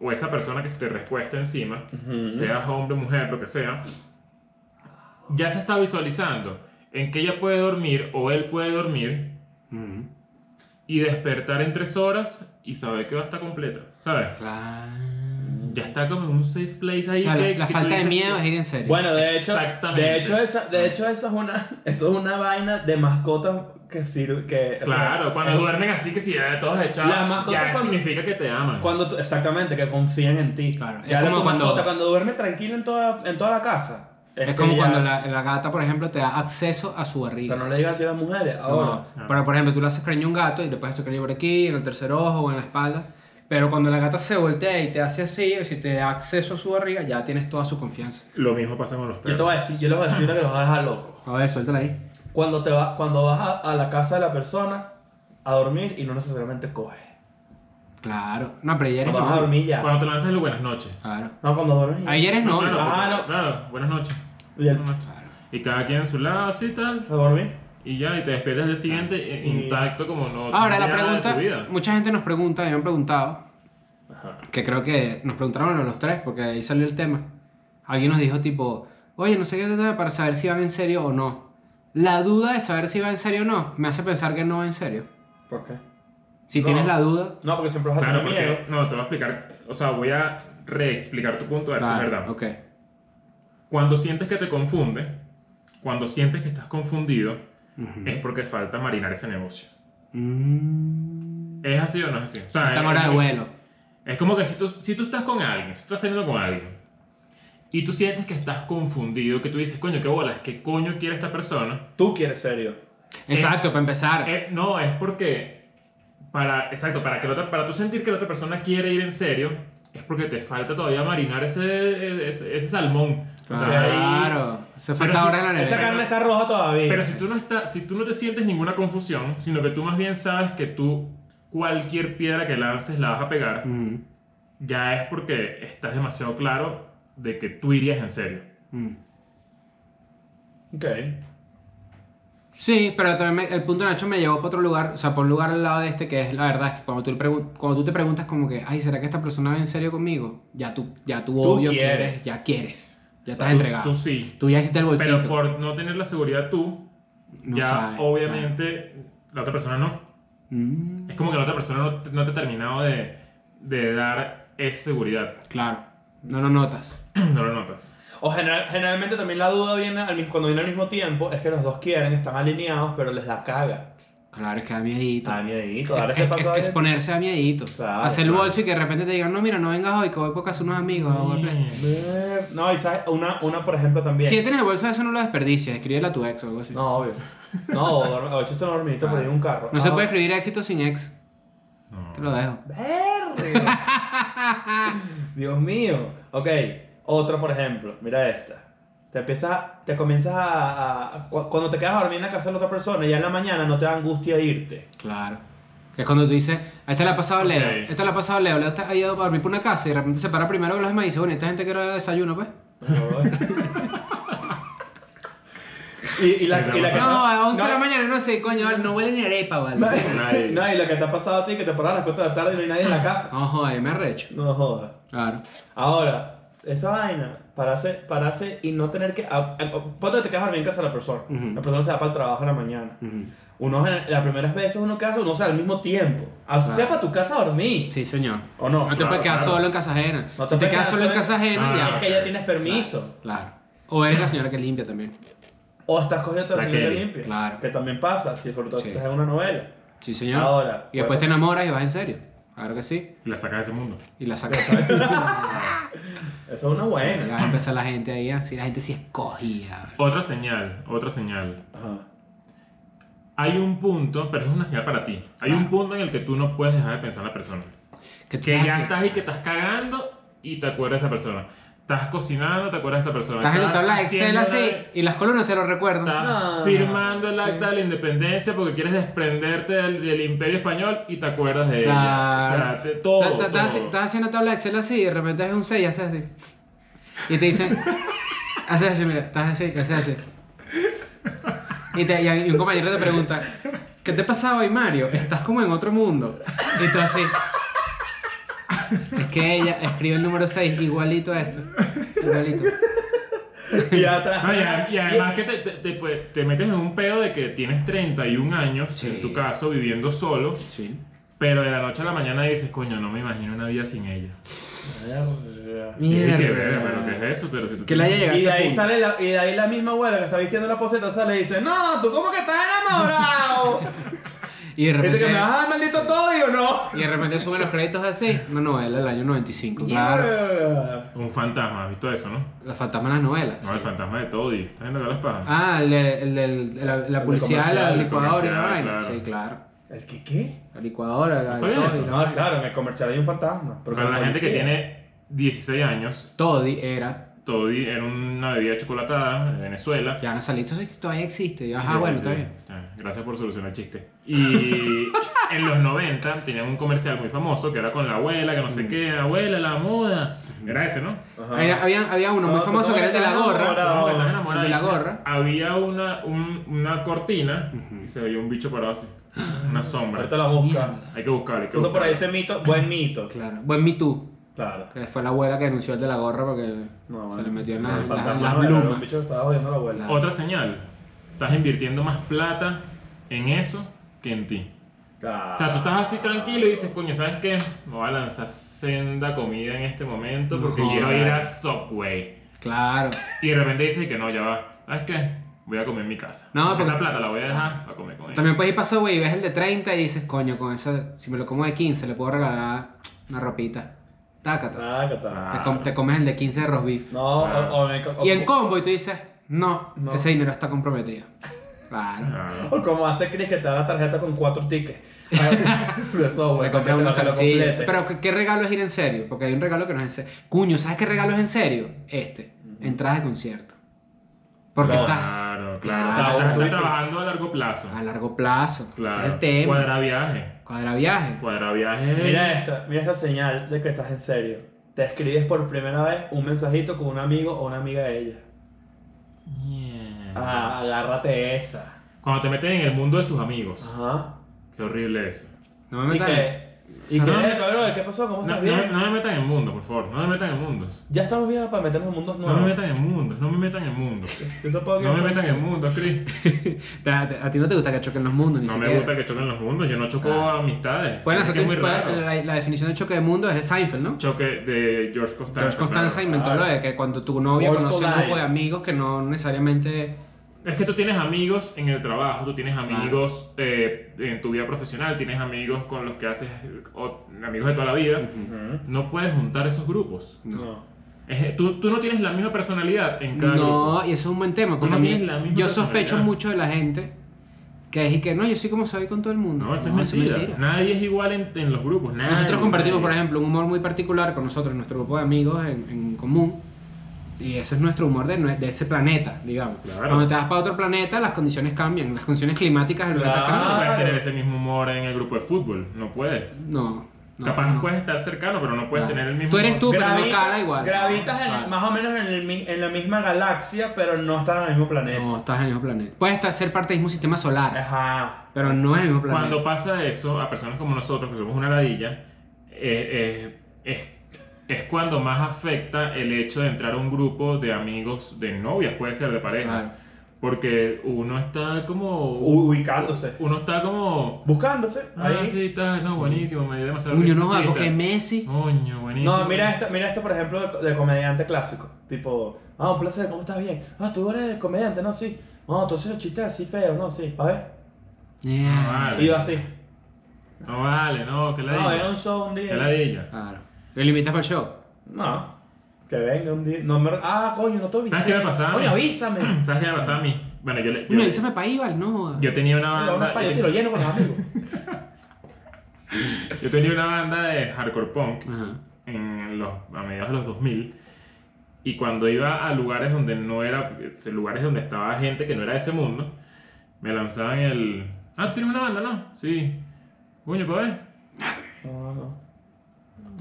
o esa persona que se te recuesta encima, seas hombre, mujer, lo que sea, ya se está visualizando en que ella puede dormir o él puede dormir
Mm,
y despertar en tres horas y saber que va a estar completa, ¿sabes?
Claro.
Ya está como en un safe place
O
ahí.
sea,
que,
la, la
que tú
falta de
dices-
miedo es ir en serio.
Bueno, de hecho,
Exactamente.
de hecho, esa,
Ah.
de hecho esa es una, eso es una vaina de mascotas que sirve, que, o sea, eh,
Claro, cuando
es-
duermen así que si ya todos
La
echados,
mascota
ya
cuando-
significa que te aman.
Cuando tú- exactamente, que confían en ti.
Claro, es
Ya la
como
tu
cuando-
mascota, cuando duerme tranquilo en toda, en toda la casa.
es
este,
como
ya-
cuando la, la gata, por ejemplo, te da acceso a su
Pero
barriga.
no le digas así a las mujeres.
No,
Ahora.
Pero, por ejemplo, tú le haces cariño a un gato y le puedes hacer cariño por aquí, en el tercer ojo o en la espalda. Pero cuando la gata se voltea y te hace así, o si te da acceso a su barriga, ya tienes toda su confianza.
Lo mismo pasa con los
Yo te
perros.
voy a decir, yo les voy a decir una que los va a dejar locos.
A ver, suéltala ahí.
Cuando, te va, cuando vas a, a la casa de la persona a dormir y no necesariamente coges.
Claro. No, pero ya eres
Cuando vas a
normal.
dormir ya.
Cuando te lanzas el buenas noches.
Claro.
No, cuando duermes ya.
Ahí eres
No,
novio.
claro,
Ah,
porque- claro, buenas noches.
Y el-
Buenas noches.
Claro.
Y cada quien en su lado, así tal.
¿A dormir?
Y ya, y te despiertas el siguiente eh,
Ah, Y-
intacto como no. no
Ahora, la
había nada de tu
pregunta,
vida.
mucha gente nos pregunta, y me han preguntado, que creo que nos preguntaron a los tres, porque ahí salió el tema. Alguien nos dijo tipo, oye, no sé qué te para saber si van en serio o no. La duda de saber si va en serio o no me hace pensar que no va en serio.
¿Por qué?
Si
No.
tienes la duda,
No, porque siempre vas a
Claro,
tener
porque.
miedo.
No, te voy a explicar. O sea, voy a reexplicar tu punto a ver si
vale,
es verdad. Eh,
ok.
Cuando sientes que te confunde, cuando sientes que estás confundido,
Ujú.
es porque falta marinar ese negocio.
Mm.
¿Es así o no es así? O sea, es-
Está hora de
es-
vuelo.
Es como que si tú, si tú estás con alguien, si tú estás saliendo con alguien, y tú sientes que estás confundido, que tú dices, coño, qué bolas, qué coño quiere esta persona.
Tú quieres serio.
Exacto, para empezar.
Eh, no, es porque, para, exacto, para, que la otra, para tú sentir que la otra persona quiere ir en serio, es porque te falta todavía marinar ese, ese, ese salmón.
claro. Se
Pero
falta
si-
ahora en la
Esa
nevera.
carne está roja todavía.
Pero si tú no estás, si tú no te sientes ninguna confusión, sino que tú más bien sabes que tú cualquier piedra que lances la vas a pegar,
Ujú.
ya es porque estás demasiado claro de que tú irías en serio.
Mm.
Ok.
Sí, pero también me- el punto de Nacho me llevó para otro lugar, o sea, por un lugar al lado de este que es la verdad, es que cuando tú, le pregun- cuando tú te preguntas como que, ay, ¿será que esta persona va en serio conmigo? Ya tú, ya tú, obvio
quieres.
quieres. ya quieres, ya
O sea,
estás
tú-
entregado.
Tú
Tú,
sí.
ya hiciste el bolsito.
Pero por no tener la seguridad tú,
No
ya
sabes,
obviamente la otra persona no.
claro. Mm,
Es como que la otra persona no, te- no te ha terminado de, de dar esa seguridad.
claro, no lo notas.
No lo notas.
O general- generalmente también la duda viene al mis- cuando viene al mismo tiempo, es que los dos quieren, están alineados, pero les da caga.
Claro, es que da miedito.
Da miedito,
Es-
dar ese
es-
paso
es-
ahí.
exponerse a miedito.
Claro,
Hacer el
claro.
bolso y que de repente te digan, no, mira, no vengas hoy, que voy por casa de unos amigos a jugar Play".
Ver- No, y sabes, una, una por ejemplo también.
Si tienes el bolso, eso no lo desperdicias. Escríbela a tu ex o algo así.
No, obvio. No, o dorm- o echaste un dormidito por ahí en un carro.
No se
Ah,
puede escribir éxito sin ex.
No.
Te lo dejo.
Verde. Dios mío. Ok, otra por ejemplo. Mira esta. Te empiezas, te comienzas a, a- cu- Cuando te quedas a dormir en la casa de la otra persona, ya en la mañana no te da angustia irte.
Claro. Que es cuando tú dices, a esta la ha pasado Leo,
Ok.
esta la ha pasado Leo, Leo está ha ido a dormir por una casa y de repente se para primero con los demás y dice, bueno, esta gente que era desayuno, pues.
y, y la, y la que
No, a 11
no,
de la mañana, no sé, coño, vale, no huele ni arepa, vale.
Nadie.
No, y la que te ha pasado a ti que te paras a las 4 de la tarde y no hay nadie
Ah.
en la casa.
No joder, me arrecho.
No jodas.
Claro.
Ahora, esa vaina, pararse, pararse y no tener que. a- a- Ponte que te quedas a dormir en casa de la persona.
Ujú.
La persona se va para el trabajo en la mañana.
Ujú.
Uno, gen- las primeras veces uno queda, uno se va al mismo tiempo. O sea,
Claro.
para tu casa a dormir.
Sí, señor.
¿O no?
No te
Claro,
puedes quedar
claro.
solo en casa
No
ajena.
te
si te
puedes
quedas
quedar
solo en
solo en-
casa ajena,
Ah,
ya.
Es que ya tienes permiso.
Claro. O eres la señora que limpia también.
O estás cogiendo
La
la señora
Kelly.
limpia.
Claro.
Que también pasa, si sobre todo si
Sí.
estás en una novela.
Sí, señor.
Ahora,
Y
bueno,
después te
sí.
enamoras y vas en serio. Claro que sí.
La sacas de ese mundo.
Y la sacas.
Eso es una
Ya
buena.
va a empezar la gente ahí, así la gente sí escogía.
Otra señal, otra señal.
Ajá.
Hay un punto, pero es una señal para ti. Hay un punto en el que tú no puedes dejar de pensar en la persona.
Que tú
Que ya
haces?
estás y que estás cagando y te acuerdas de esa persona. Estás cocinando, te acuerdas de esa persona.
Estás en tu tabla de Excel
haciendo
así
la-
y las columnas te lo recuerdan.
Estás
No,
firmando el
sí.
acta de la independencia porque quieres desprenderte del, del imperio español y te acuerdas de ella. O sea, te- todo.
Estás- Estás
todo.
estás haciendo tabla de Excel así y de repente es un 6 y haces así. Y te dicen, haces así, mira, estás así, haces así. Y, te- y- y un compañero te pregunta, ¿qué te pasaba hoy, Mario? Estás como en otro mundo. Y tú así. Es que ella escribe el número 6 igualito a esto. Igualito.
Y atrás.
No, y, a- y
y-
además que te, te- te, pues, te metes en un pedo de que tienes 31 años,
Sí.
en tu caso, viviendo solo,
Sí.
pero de la noche a la mañana dices, coño, no me imagino una vida sin ella.
Verga.
Y
Mierda.
que ver, bueno, ¿qué es eso? Pero si tú
Que le haya llegado
Y de
a ese
ahí
punto.
sale la, y de ahí la misma abuela que está vistiendo la poseta sale y dice, no, tú como que estás enamorado.
Y de
Este
repente...
que me vas a dar maldito todo y yo no.
Y de repente suben los créditos así. Una novela del año 95. Claro.
Mierda.
Un fantasma, ¿has visto eso, no?
La fantasma de las novelas.
No, el fantasma de Toddy. ¿Estás viendo acá las pajas?
Ah, el, de- el del- la, la publicidad de la
comercial,
licuadora y la
comercial,
vaina.
claro.
Sí, claro.
¿El qué qué?
La licuadora, la
¿No sabías
Toddy,
eso?
la
No,
vaina.
claro, en el comercial hay un fantasma. Porque
Para
el
la gente que
policía-
tiene 16 años,
Toddy era.
Toddy era una bebida chocolatada de Venezuela.
Ya no salí, eso sí- todavía existe. Y yo,
Sí,
ajá,
sí,
bueno,
sí.
está bien.
Ah, Gracias por solucionar el chiste. Y en los 90 tenían un comercial muy famoso que era con la abuela, que no
Mm.
sé qué, abuela, la moda. Era ese, ¿no?
Ajá.
Había, había- había uno muy
No,
famoso que era el de la
totalmente
gorra.
enamorado.
No,
bueno,
estás enamorada,
de la
dice,
gorra.
Había una, un- una cortina
Ujú.
y se veía un bicho parado así. Una sombra.
Ahorita la busca.
Mierda.
Hay que buscarlo. Hay que
Justo por ahí
buscarlo.
ese mito, buen mito.
Claro. Buen Me Too,
Claro.
que fue la abuela que denunció el de la gorra porque
No,
se le metió en
el
las, las-
fantasma
las
no era, era un
plumas.
bicho que estaba jodiendo a la abuela.
Claro.
Otra señal. Estás invirtiendo más plata en eso que en ti.
Claro.
O sea, tú estás así tranquilo y dices, coño, ¿sabes qué? Me voy a lanzar senda comida en este momento porque
No,
quiero
joder.
ir a Subway.
Claro.
Y de repente dices que no, ya va. ¿Sabes qué? Voy a comer en mi casa.
No,
Esa
porque-
plata la voy a dejar para comer con ella.
También puedes ir paso, güey, y ves el de 30 y dices, coño, con esa, si me lo como de 15, le puedo regalar una ropita. Tácata.
Ah, que tal.
Te, com- te comes el de 15 de roast beef.
No,
Claro.
o, o me- o-
Y en combo, y tú dices, no,
No.
ese dinero está comprometido. Claro.
Ah,
o como hace Chris que te da la tarjeta con cuatro tickets. de software,
Me compré
para
una
pues, que lo
salsilla.
complete.
Pero ¿qué, qué regalo es ir en serio? Porque hay un regalo que no es en serio. Cuño, ¿sabes qué regalo es en serio? Este. Entradas de concierto. Porque
Dos.
estás
Claro, claro. O
Claro,
sea, estás- estás,
Twitter.
trabajando a largo plazo.
a largo plazo. Ese es
Claro.
el tema.
Cuadra viaje.
Cuadra viaje.
Cuadra viaje.
Mira esta, mira esta señal de que estás en serio. Te escribes por primera vez un mensajito con un amigo o una amiga de ella.
Mierda.
Ah, agárrate esa.
Cuando te meten en el mundo de sus
Ah.
amigos.
Ajá.
Qué horrible eso.
No me
¿Y
metas. en-
qué? ¿Y
O sea,
qué?
no-
eh, cabrón? ¿Qué pasó? ¿Cómo
No,
estás
no me-
bien?
no me metan en mundos, por favor. No me metan en mundos.
Ya estamos viejos para meternos en mundos
No
nuevos.
me metan en mundos. No me metan en mundos.
Yo tampoco
No me
quiero-
metan en mundos, Chris.
Te- A, te- a ti no te gusta que choquen los mundos, ni
No
siquiera.
me gusta que choquen los mundos, yo no choco
Claro.
amistades.
Pueden
es
hacer
que es muy
tipo-
raro.
la, la definición de choque de mundo es de Seinfeld, ¿no?
Choque de George Costanza.
George Costanza
claro.
inventó
Claro.
lo de que cuando tu novia
George
conoce un
Costanza.
grupo de amigos que no necesariamente.
Es que tú tienes amigos en el trabajo, tú tienes amigos eh, en tu vida profesional, tienes amigos con los que haces eh, o- amigos de toda la vida.
Ujú.
No puedes juntar esos grupos.
No.
Es- tú, tú no tienes la misma personalidad en cada
No,
grupo.
y eso es un buen tema,
Tú
porque
no
a mí-
tienes la misma
yo sospecho
personalidad.
mucho de la gente que es y que no, yo soy como soy con todo el mundo.
No, eso es mentira. Nadie es igual en, en los grupos. nadie,
Nosotros compartimos,
nadie.
por ejemplo, un humor muy particular con nosotros, nuestro grupo de amigos en, en común. Y ese es nuestro humor de, nue- de ese planeta, digamos.
Claro.
Cuando te vas para otro planeta, las condiciones cambian, las condiciones climáticas del planeta
Claro.
No
cambian.
puedes tener ese mismo humor en el grupo de fútbol. No puedes.
No. no,
Capaz
no.
puedes estar cercano, pero no puedes
Claro.
tener el mismo
Tú eres
humor.
tú, pero no
Gravita-
cara igual.
Gravitas en-
Claro.
más o menos en, el mi- en la misma galaxia, pero no estás en el mismo planeta.
No, estás en el mismo planeta. Puedes estar, ser parte del mismo sistema solar,
Ajá.
pero no es el mismo planeta.
Cuando pasa eso a personas como nosotros, que somos una ladilla, eh, eh, es, es cuando más afecta el hecho de entrar a un grupo de amigos, de novias, puede ser, de parejas.
Claro.
Porque uno está como.
U- Ubicándose.
Uno está como.
Buscándose.
Ah,
ahí.
sí, está, no, buenísimo, me dio demasiado
Uy, yo
risa ese
no jodas,
chiste.
porque Messi.
Coño, buenísimo.
No, mira este. esto, mira esto, por ejemplo, de, de comediante clásico. Tipo, ah, un placer, ¿cómo estás bien? Ah, tú eres comediante, no, sí. No, tú haces los chistes así feos, no, sí. A ver.
Yeah.
Ah, Vale.
Y yo así.
No vale, no, que
No, era
ladilla.
un show un
que
día.
ladilla.
Claro. ¿Lo limitas para el show?
No. Que venga un día. No me... Ah, coño, no te avisé.
¿Sabes qué me pasaba?
Coño, avísame.
¿Sabes qué me pasaba a mí? Bueno, yo le.
Uy, me
Yo,
avísame para Ival, no.
yo tenía una
Mira, una
banda.
pa- Yo
Yo,
te lo lleno con los amigos.
yo tenía una banda de hardcore punk.
Ajá.
en los, a mediados de los 2000 y cuando iba a lugares donde no era eh, lugares donde estaba gente que no era de ese mundo me lanzaban el ah tú tienes una banda no sí coño pa' ver
No, no.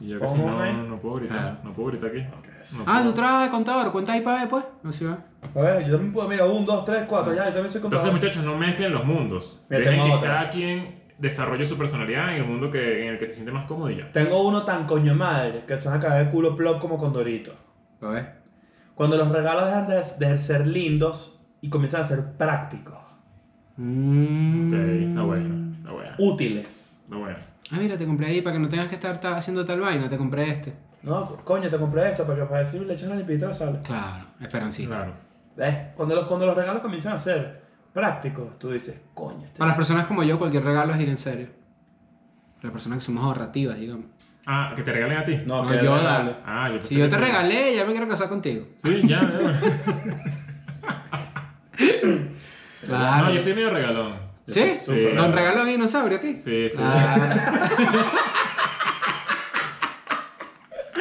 y yo que sí,
Pongo
no,
una ahí.
no no puedo gritar
Claro.
no puedo gritar aquí No
Ah,
puedo.
tú trabajas de contador, cuentas ahí para después. No se va.
A ver, yo también puedo, mira, un, dos, tres, cuatro, ya, yo también soy
entonces
contador.
muchachos no mezclen los mundos
Mira,
dejen
tengo
que
otra.
cada quien desarrolle su personalidad en el mundo que, en el que se siente más cómodo y ya
Tengo uno tan coño madre que se van a caer el culo plop como con Doritos.
A ver.
Cuando los regalos dejan de, de ser lindos y comienzan a ser prácticos,
Mm.
ok está bueno está bueno
útiles.
está bueno
Ah, mira, te compré ahí para que no tengas que estar ta- haciendo tal vaina, te compré este.
No, co- coño, te compré esto para que para decir le echan una limpieza a la sal.
Claro, esperancita.
claro
¿Ves? Cuando los, cuando los regalos comienzan a ser prácticos, tú dices, coño, este.
Para las personas como yo, cualquier regalo es ir en serio. Las personas que somos ahorrativas, digamos.
ah que te regalen a ti
No,
No,
que
yo
regalo.
darle.
ah yo pensé
Si yo
que
te regalé, ya me quiero casar contigo.
sí ya ¿verdad?
Claro.
No, yo soy medio regalón.
Ah, ¿Sí?
soy súper
¿Don
raro.
Regalo de Dinosaurio aquí?
Sí, sí.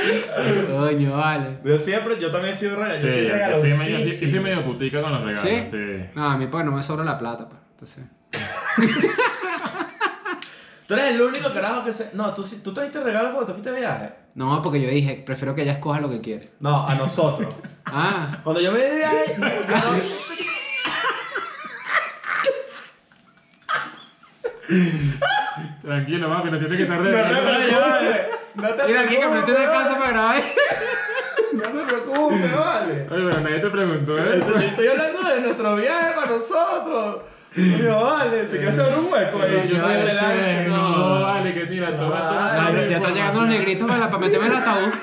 Ah. Coño, vale.
Yo siempre, yo también he sido raro.
Sí,
yo soy
yo
regalo.
soy
sí,
medio- yo
sí.
soy medio putica con los regalos.
¿Sí?
Sí.
No, a mí porque no me sobra la plata, pues. Entonces.
Tú eres el único carajo que se. No, tú, sí- tú trajiste regalos cuando te fuiste de viaje.
No, porque yo dije, prefiero que ella escoja lo que quiere.
No, a nosotros.
Ah.
Cuando yo me di viaje, yo no-
Tranquilo, papi, no tienes que estar
no, te
regañando.
preocupes. No te
Mira, aquí que me
preocupes.
estoy en casa para grabar.
No te preocupes, vale.
Oye, pero nadie te preguntó ¿eh?
Eso,
eso.
Estoy hablando de nuestro viaje para nosotros. Digo, vale, si quieres te abro un hueco ahí. Yo soy el de
sé,
lance.
No, vale, que tira, toma,
Ay,
toma.
No,
toma
ya,
la
ya están llegando los
información.
negritos para, para meterme en el ataúd.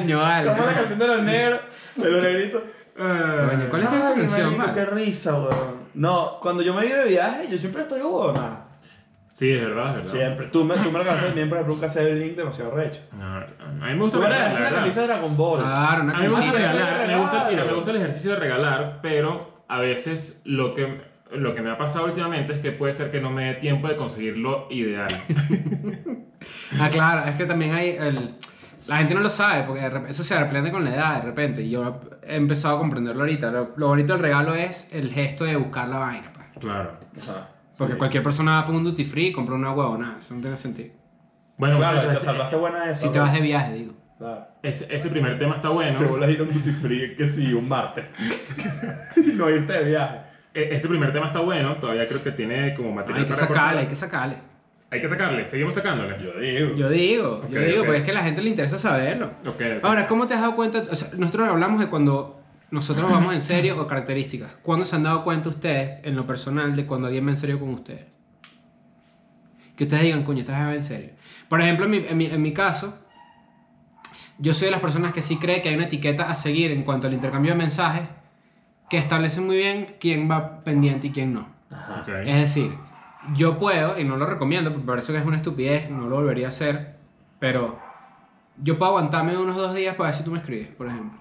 Coño, vale.
Como la canción de los negros, de los negritos.
Ah.
Coño, ¿cuál es esa
Ay,
canción,
marico, qué
vale?
risa, weón. No, cuando yo me iba de viaje, yo siempre estoy huevona.
Sí, es verdad, es verdad.
Siempre. Tú me, tú me regalaste también, por ejemplo, un cassette de Link demasiado recho.
No, a mí me gusta
Tú
regalar,
me regalaste
la
una
verdad.
camisa de Dragon Ball.
Claro, una
A mí me gusta
Sí,
camisa.
regalar, me gusta, mira, me
regalo.
gusta el ejercicio de regalar, pero a veces lo que, lo que me ha pasado últimamente es que puede ser que no me dé tiempo de conseguir lo ideal.
Ah, claro, es que también hay el... La gente no lo sabe, porque de rep- eso se aprende con la edad de repente. Y yo he empezado a comprenderlo ahorita. Lo, lo bonito del regalo es el gesto de buscar la vaina. pues.
Claro.
Ajá.
Porque cualquier persona va por un duty free y compra una huevona. Eso no tiene sentido.
Bueno,
Claro, te
muchachos,
salvaste buena de eso.
Si te vas de viaje, digo.
Claro.
ese, ese primer tema está bueno. E,
Te volas a ir a un duty free, que sí, un martes. Y no irte de viaje.
E- ese primer tema está bueno, todavía creo que tiene como material
Hay que
para cortar.
sacarle, hay que sacarle.
Hay que sacarle, seguimos sacándole.
Yo digo.
Yo digo,
Ok,
yo digo,
ok.
porque es que a la gente le interesa saberlo.
Ok, ok.
Ahora, ¿cómo te has dado cuenta? O sea, nosotros hablamos de cuando nosotros vamos en serio o características. ¿Cuándo se han dado cuenta ustedes, en lo personal, de cuando alguien va en serio con ustedes? Que ustedes digan, coño, estás en serio. Por ejemplo, en mi, en mi- en mi caso, yo soy de las personas que sí cree que hay una etiqueta a seguir en cuanto al intercambio de mensajes que establece muy bien quién va pendiente y quién no.
Ok.
Es decir, yo puedo, y no lo recomiendo, porque parece que es una estupidez, no lo volvería a hacer, pero yo puedo aguantarme unos dos días para ver si tú me escribes, por ejemplo.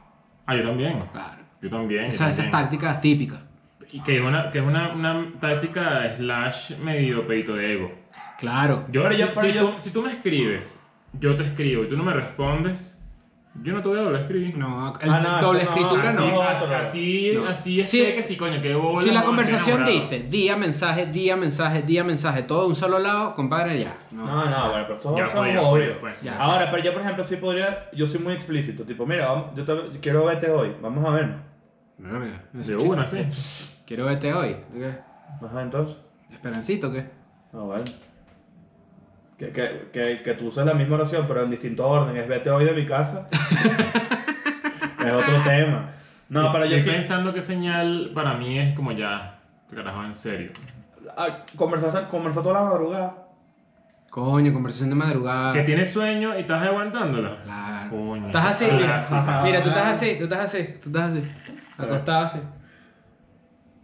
Ah, yo también.
Claro.
Yo también. yo
Esa- esas
también.
tácticas típicas.
Y que es una, que es una, una táctica slash medio peito de ego.
Claro.
Yo,
Pero
si,
yo- pero
si
yo-
Tú, si tú me escribes, yo te escribo y tú no me respondes, yo no te voy a volver a escribir.
No, el
Ah, no,
doble
eso no,
escritura
Así,
no.
no.
as- así,
No.
así es
Sí.
que sí, coño, que bola.
Si la
no,
conversación
estoy enamorado.
dice día, mensaje, día, mensaje, día, mensaje, todo de un solo lado, compadre, ya. No.
No, no, bueno, pero eso
Ya
eso
fue,
es
ya fue,
obvio.
ya fue.
Ya.
Ahora, pero yo, por ejemplo, sí podría. Yo soy muy explícito. Tipo, mira, vamos- yo te- quiero verte hoy. Vamos a vernos.
Verga, eso,
De
chico.
una, sí.
Quiero verte hoy. ¿Qué?
Ajá, entonces.
Esperancito, ¿qué?
Ah, bueno. Que, que, que, que tú uses la misma oración, pero en distinto orden. Es vete hoy de mi casa. es otro tema. No, pero yo
Estoy
sí.
pensando qué señal para mí es como ya, te carajo, en serio.
Ah, Conversaste, conversaste toda la madrugada.
Coño, conversación de madrugada.
Que tienes sueño y estás aguantándola.
Claro.
Coño,
estás
esa
así,
es
mira.
clásica.
Mira, tú estás así, tú estás así, tú estás así. Acostado así.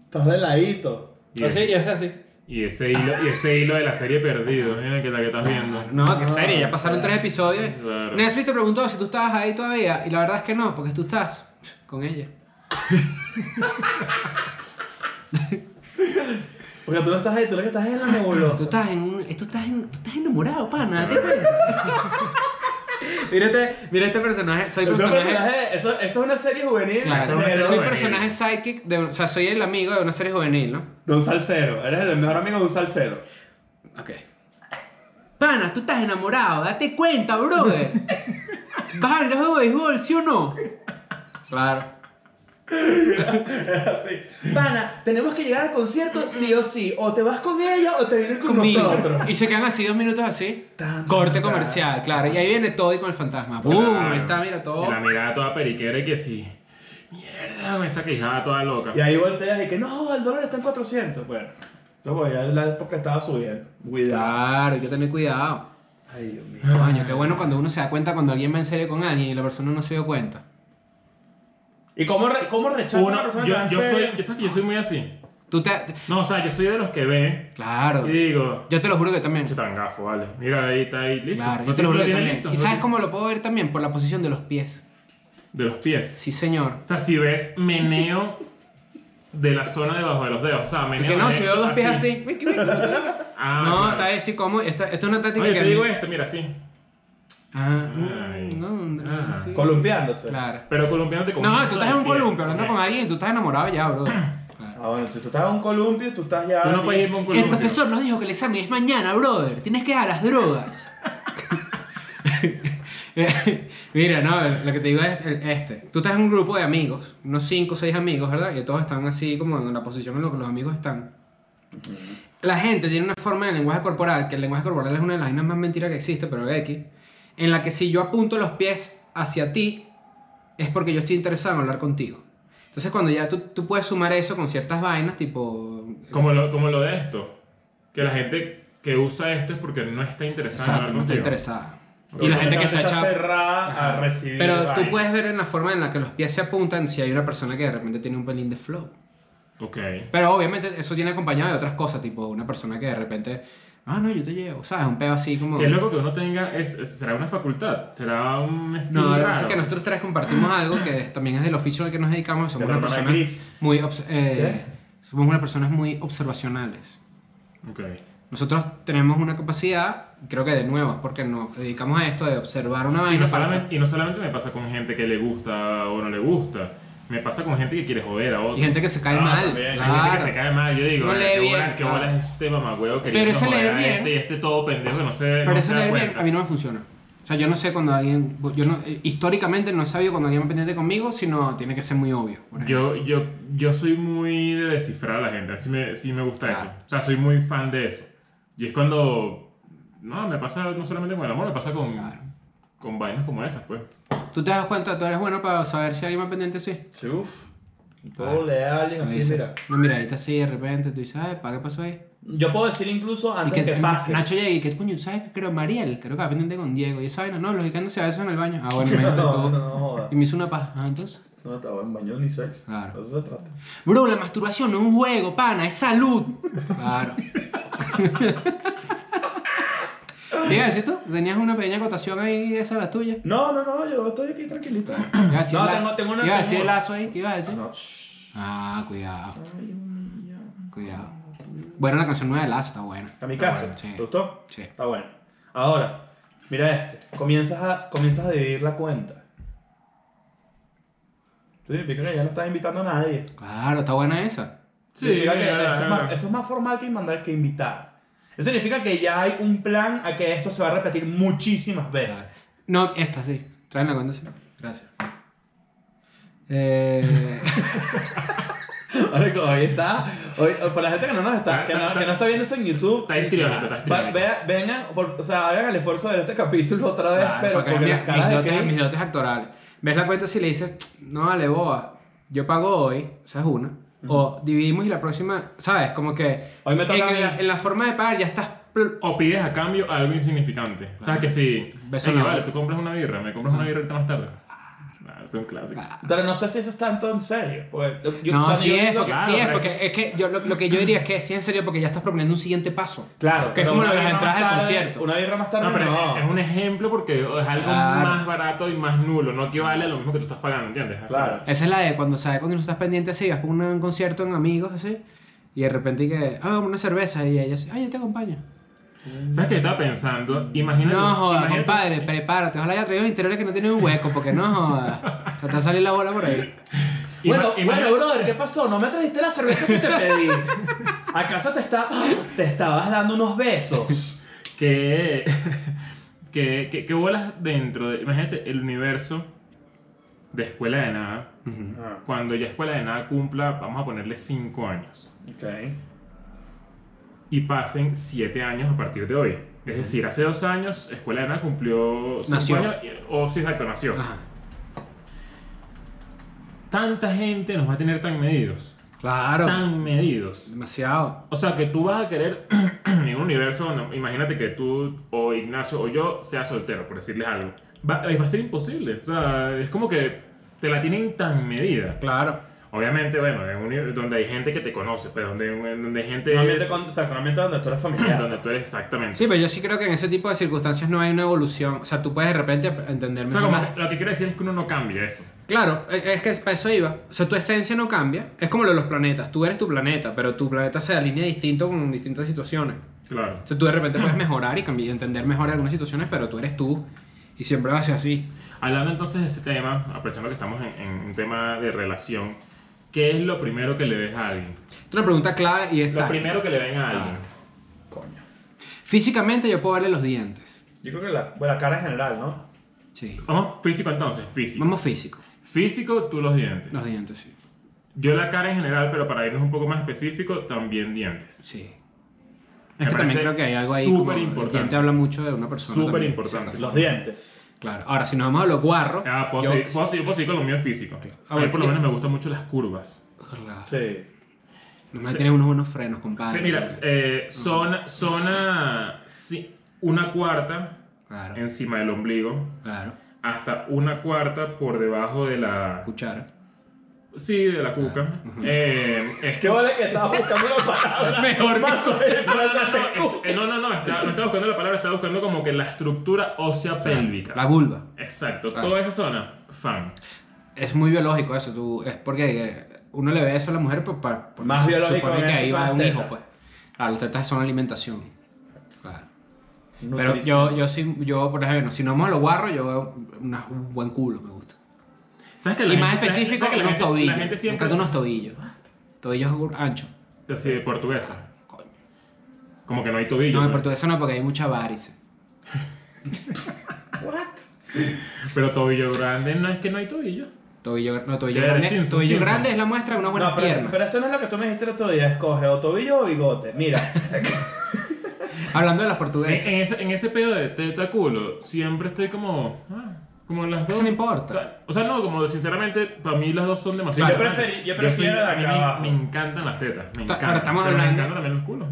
Estás de ladito.
Bien.
Así Pues y así, así.
Y ese hilo, y ese hilo de la serie perdido, mira, que la que estás viendo.
No, qué serie, ya pasaron tres episodios.
Claro.
Netflix te preguntó si tú estabas ahí todavía y la verdad es que no, porque tú estás con ella.
Porque tú no estás ahí, tú lo que estás es en la
Tú
nebulosa.
estás en un- tú estás en- tú estás enamorado, pana, ¿te Mira este, mira este personaje, soy
Eso es un
personaje.
personaje- eso, eso es una serie juvenil.
Claro,
es una serie
soy
juvenil.
personaje sidekick, de, o sea, soy el amigo de una serie juvenil, ¿no?
De un salsero. Eres el mejor amigo de un salsero.
Ok. Pana, tú estás enamorado, date cuenta, brother. ¿Vas al juego de béisbol, sí o no? Claro.
Es así. Pana, tenemos que llegar al concierto sí o sí. O te vas con ella o te vienes con
Conmigo.
nosotros.
Y se quedan así dos minutos así.
Tan,
Corte
tan, tan.
comercial, claro. Y ahí viene Toddy con el fantasma. ¡Bum! Ahí está, mira todo.
Y la mirada toda periquera y que sí. Mierda, con esa quijada toda loca.
Y ahí volteas y que no, el dólar está en 400. Bueno, yo voy ya es la época estaba subiendo. Cuidado.
Claro, hay que tener cuidado.
Ay, Dios mío.
Coño, qué bueno cuando uno se da cuenta cuando alguien va en serio con alguien y la persona no se dio cuenta.
¿Y cómo, re- cómo rechaza
Uno-
una persona
yo,
que va en
yo soy,
serio?
yo sabes que yo soy muy así.
Tú te.
No, o sea, yo soy de los que ven
Claro.
y digo,
Yo te lo juro que también.
"Che, tan gafo, vale. Mira, ahí está ahí, listo.
Claro,
No
yo te lo juro que
tiene
también.
listo,
¿Y
no
sabes
tiene-
cómo lo puedo ver también? Por la posición de los pies.
De los pies.
Sí, señor.
O sea, si ves meneo de la zona debajo de los dedos. O sea, meneo,
Que no,
meneo,
si veo los pies así. wiki, wiki, wiki.
Ah,
No,
claro.
está así como. Esta, esta es una táctica
Oye,
que.
te
a mí-
digo esto, mira, así.
Ah,
Ay.
no, no,
Ah.
sí.
Columpiándose.
Claro.
Pero columpiándote con
No,
un
tú estás en un
pie.
columpio hablando
Ok.
con alguien, tú estás enamorado ya, bro. Claro.
Ah, bueno, si tú estás en un columpio, tú estás ya.
Tú no
bien-
puedes ir con un
El
columpio.
profesor nos dijo que el examen es mañana, brother. Tienes que dejar las drogas. Mira, no, lo que te digo es el- este. Tú estás en un grupo de amigos, unos 5 o 6 amigos, ¿verdad? Que todos están así como en la posición en la que los amigos están. La gente tiene una forma de lenguaje corporal, que el lenguaje corporal es una de las vainas más mentiras que existe, pero X, en la que si yo apunto los pies hacia ti, es porque yo estoy interesado en hablar contigo. Entonces cuando ya tú, tú puedes sumar eso con ciertas vainas, tipo...
Como lo, como lo de esto. Que la gente que usa esto es porque no está interesada en
Exacto,
hablar
no está
contigo.
interesada.
Pero
Y la
tú
gente que está
está
echada.
cerrada
Ajá.
a recibir.
Pero tú
vaina.
puedes ver en la forma en la que los pies se apuntan si hay una persona que de repente tiene un pelín de flow.
Ok.
Pero obviamente eso tiene acompañado de otras cosas, tipo una persona que de repente, ah, no, yo te llevo, ¿sabes? Un pedo así como.
Que es loco que uno tenga. Es, es- ¿Será una facultad? ¿Será un skill
No, lo que
raro?
pasa es que nosotros tres compartimos algo que es- también es del oficio al que nos dedicamos. Somos
De la
una
hermana de
persona
Chris.
muy. obs- eh, somos unas personas muy observacionales.
Ok.
Nosotros tenemos una capacidad, creo que de nuevo, es porque nos dedicamos a esto de observar una
Y
vaina.
no,
para
solamente, y no solamente me pasa con gente que le gusta o no le gusta. Me pasa con gente que quiere joder a otro.
Y gente que se cae
Ah,
mal.
también,
Hay
hay
gente que
claro.
se cae mal, yo digo,
No
"Ah,
lee
qué
bien,
bola, qué
claro.
bola es este mamagüeo queriendo
ese
joder
leer
a
bien.
este y este todo pendejo que no se
Pero
no
eso
se da
leer bien
cuenta.
a mí no me funciona. O sea, yo no sé cuando alguien. Yo no, eh, históricamente no he sabido cuando alguien va pendiente conmigo, sino tiene que ser muy obvio. por
Yo,
ejemplo.
yo, yo soy muy de descifrar a la gente, así me, sí me gusta
Claro.
eso. O sea, soy muy fan de eso. Y es cuando. No, me pasa no solamente con el amor, me pasa con,
Claro.
con vainas como esas, pues.
Tú te das cuenta, tú eres bueno para saber si alguien va pendiente, sí.
Sí, uff. Todo le da a alguien
Tú
así,
dices,
mira.
Una miradita así de repente, tú dices, ay, ¿para qué pasó ahí?
Yo puedo decir incluso
Y
antes
que,
que pase.
Nacho llega y que coño, ¿sabes qué creo? Mariel, creo que va pendiente con Diego. Y esa vaina, no, los mexicanos se besan en el baño. Ah, bueno, me dijo de
No, no,
todo.
no, joda.
Y me hizo una paja. Ah, entonces.
No estaba en baño ni sexo.
Claro.
Eso se trata.
Bro, la masturbación no es un juego, pana, es salud. Claro. Diga, ¿sí tú? Tenías una pequeña acotación ahí, esa la tuya.
No, no, no, yo estoy aquí tranquilito.
Iba a decir
No,
la-
tengo, tengo una.
Iba a decir
tengo-
el lazo ahí, ¿qué ibas a decir?
No, shh.
Ah, cuidado,
Ay, un ya.
cuidado. Bueno, la canción nueva de lazo está buena.
A mi casa.
Está bueno,
¿Te
sí.
gustó?
Sí.
Está bueno. Ahora, mira este. Comienzas a, comienzas a dividir la cuenta. Eso significa que ya no estás invitando a nadie.
Claro, está buena esa.
Significa que
claro,
eso, es
claro.
más, eso es más formal que mandar que invitar. Eso significa que ya hay un plan a que esto se va a repetir muchísimas veces.
No, esta sí. Traen la cuenta, sí. Gracias. Eh,
Marico, hoy está. Hoy, para la gente que no nos está,
Ah,
que no,
está-
que no está viendo esto en YouTube.
Está histriónico, está
va-
histriónico.
vea- vengan, por- o sea, hagan el esfuerzo de ver este capítulo otra vez,
claro,
pero
porque
porque
mi-
las caras
mis,
de
dotes,
Chris-
mis dotes actorales. Ves la cuenta si le dices, no vale, boba, yo pago hoy, esa es una. O dividimos y la próxima, ¿sabes? Como que.
Hoy me toca a mí.
en, la, en la forma de pagar ya estás. pl-
O pides a cambio algo insignificante. O sea, que si.
Beso
"Ey,
en la
vale,
boca".
tú compras una birra, me compras una birra ahorita más tarde. Nah, es un clásico.
Ah.
Pero no sé si eso es tanto en serio. porque yo-
no,
cuando
sí
yo
es,
digo-
porque,
claro,
sí es,
pero es
porque es que yo, lo, lo que yo diría es que sí en serio, porque ya estás proponiendo un siguiente paso.
Claro,
Que es
pero
como
una
lo de las
birra
entradas
más
al
tarde-
concierto.
Una birra más tarde,
No,
no.
pero es- es un ejemplo porque es algo
Claro.
más barato y más nulo. No equivale a lo mismo que tú estás pagando, ¿entiendes? O sea,
Claro.
Esa es la de cuando sabes cuando no estás pendiente así, vas por un, un concierto en amigos así, y de repente y que, ah, una cerveza, y ella así, ay, yo te acompaño.
¿Sabes qué? Yo estaba pensando. Imagínate.
No jodas,
imagínate-
compadre, prepárate. Ojalá haya traído un interior que no tiene un hueco, porque no jodas. Se te va a salir la bola por ahí.
ima-
Bueno,
imagínate-
bueno, brother, ¿qué pasó? No me trajiste la cerveza que te pedí. ¿Acaso te, está, te estabas dando unos besos?
que, que, que, que bolas dentro de, imagínate el universo de escuela de nada
Ah,
cuando ya escuela de nada cumpla vamos a ponerle 5 años
ok.
y pasen 7 años a partir de hoy es decir hace 2 años escuela de nada cumplió 5
Nació.
años y- o sí exacto nació
Ajá.
tanta gente nos va a tener tan medidos
Claro.
tan medidos
Demasiado.
O sea, que tú vas a querer en un universo donde, imagínate que tú o Ignacio o yo sea soltero, por decirles algo. Va, va a ser imposible. O sea, es como que te la tienen tan medida.
Claro.
Obviamente, bueno, en un nivel donde hay gente que te conoce, pues donde, donde hay gente
Un ambiente,
es-
con- exacto, un ambiente donde tú eres familiar.
donde tú eres exactamente.
Sí, pero yo sí creo que en ese tipo de circunstancias no hay una evolución. O sea, tú puedes de repente entender
O
mejor
sea, como
las-
que lo que quiero decir es que uno no cambia eso.
Claro, e- es que para eso iba. O sea, tu esencia no cambia. Es como lo de los planetas. Tú eres tu planeta, pero tu planeta se alinea distinto con distintas situaciones.
Claro.
O sea, tú de repente puedes mejorar y cambiar, entender mejor algunas situaciones, pero tú eres tú. Y siempre va a ser así.
Hablando entonces de ese tema, aprovechando que estamos en, en un tema de relación, ¿qué es lo primero que le ves a alguien?
Es una pregunta clave y es
Lo
táctica. Ah.
primero que le ven a alguien.
Coño.
Físicamente yo puedo verle los dientes.
Yo creo que la, bueno, la cara en general, ¿no?
Sí.
Vamos físico entonces, físico.
Vamos físico.
Físico, tú los dientes.
Los dientes, sí.
Yo la cara en general, pero para irnos un poco más específico, también dientes.
Sí.
Me
Es que también
parece
creo que hay algo ahí.
súper
como el
importante.
diente habla mucho de una persona.
Súper
también,
importante.
sí.
Los dientes.
Claro. Ahora, si nos vamos a los guarros.
Ah, puedo
yo- Ah,
seguir- puedo seguir- puedo seguir con lo mío físico. A mí
ver,
por lo
¿qué?
menos me gustan mucho las curvas.
Claro.
Sí.
No
Se-
me tienen unos buenos frenos, compadre.
Sí, mira, eh, zona, zona sí, una cuarta
Claro.
encima del ombligo,
Claro.
hasta una cuarta por debajo de la...
Cuchara.
Sí, de la cuca.
Ah,
Eh, es
¿Qué vale que estabas buscando la palabra?
Mejor
Más
que-
o menos,
No, no, no,
te
no,
cu-
eh, no, no, no, está- no estaba buscando la palabra, estaba buscando como que la estructura ósea pélvica.
La vulva.
Exacto,
Claro.
toda esa zona, fan.
Es muy biológico eso. Tú, es porque eh, uno le ve eso a la mujer pues, para, porque
Más
se
biológico
Supone
en
que
eso
ahí
son
va
las
un
tetas.
hijo, pues. Claro, las tetas son alimentación. Claro. Pero
Nutrición.
yo, yo, sí, yo, por ejemplo, si nos vamos a los guarros, yo veo una- un buen culo, me gusta.
¿Sabes que
Y
la
más
gente-
específico,
¿sabes que la
unos
gente-
tobillos.
La gente
Me
siempre...
encantan unos tobillos. Tobillos anchos.
Así, de portuguesa.
Coño.
Como que no hay tobillo.
No, en
¿no?
portugués no, porque hay mucha varice.
What?
Pero tobillo grande no es que no hay tobillo.
Tobillo, no, tobillo
Ya,
grande.
Simpson,
tobillo
Simpson.
grande es la muestra de unas buenas
No, pero,
piernas.
pero esto no es lo que tú me dijiste el otro día. Escoge o tobillo o bigote. Mira,
Hablando de las
En,
portuguesas.
en ese, en ese pedo de teta culo, siempre estoy como. ah, como las dos.
Eso no importa.
O sea, no, como sinceramente, para mí las dos son demasiado.
Yo
importantes.
preferí- yo prefiero
soy-
la
a mí
de
me-
abajo.
me, encantan las tetas. Me
Ta-
encantan.
ahora estamos
pero me
hablando-
encantan también los culos.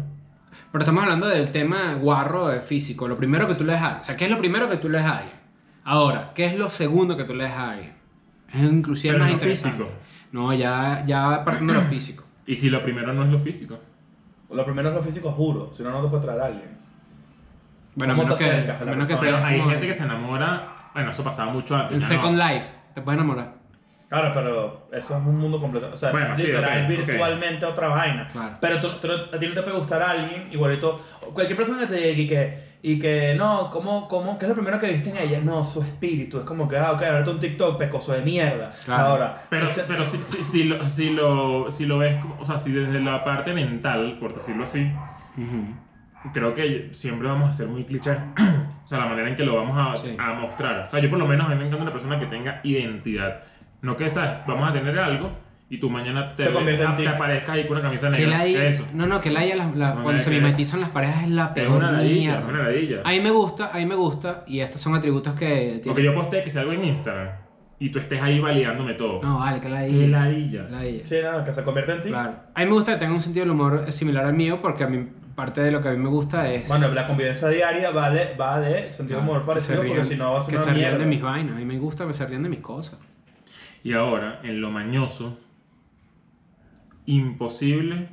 Pero estamos hablando del tema guarro eh, físico. Lo primero que tú le das a alguien. O sea, ¿qué es lo primero que tú le das a alguien? Ahora, ¿qué es lo segundo que tú le das a alguien? Es inclusive
Pero
más
no
interesante.
físico.
No, ya, ya partiendo de lo físico.
Y si lo primero no es lo físico.
lo primero es lo físico, juro. Si no, no te puede traer a alguien.
Bueno, a
¿Cómo
menos
te
que,
acercas a la
a menos que
persona?
Pero
estés
hay
como
gente que se enamora. Bueno, eso pasaba mucho antes.
En
ya
Second
no.
Life, te puedes enamorar.
Claro, pero eso es un mundo completo. O sea,
Bueno,
es
sí,
literal,
ok, ok.
virtualmente otra vaina.
Claro.
Pero tú- tú no- a ti no te puede gustar a alguien, igualito. Cualquier persona que te llegue y que, y que no, ¿cómo, cómo, ¿qué es lo primero que viste en ella? No, su espíritu. Es como que, ah, ok, ahorita un TikTok pecoso de mierda.
Claro.
Ahora.
Pero,
ese-
pero si, si, si lo, si, lo, si lo ves, como- o sea, si desde la parte mental, por decirlo así, creo que siempre vamos a ser muy cliché. o sea, la manera en que lo vamos a,
Sí.
a mostrar. O sea, yo por lo menos a mí me encanta una persona que tenga identidad. No que, ¿sabes? Vamos a tener algo y tú mañana te,
Se convierte en
te
ti.
aparezcas ahí con una camisa
Que
negra.
la haya-
Eso.
No, no, que la haya la- la-
No,
cuando
no,
se
que es-
mimetizan las parejas es la
Es
peor
una ladilla, es
mierda.
una ladilla.
A mí me gusta, a mí me gusta, y estos son atributos que
Porque
tiene.
yo postee que sea algo en Instagram y tú estés ahí validándome todo.
No, vale, que la
Qué
ladilla.
ladilla.
Ladilla.
Sí, nada, que se convierte en ti.
Claro. A mí me gusta que tenga un sentido del humor similar al mío, porque a mí parte de lo que a mí me gusta es.
Bueno, la convivencia diaria va de, va de sentido
claro,
humor
que
parecido,
se rían-
porque si no vas a
Que
una
se rían
mierda.
de mis vainas. A mí me gusta que se rían de mis cosas.
Y ahora, en lo mañoso, imposible,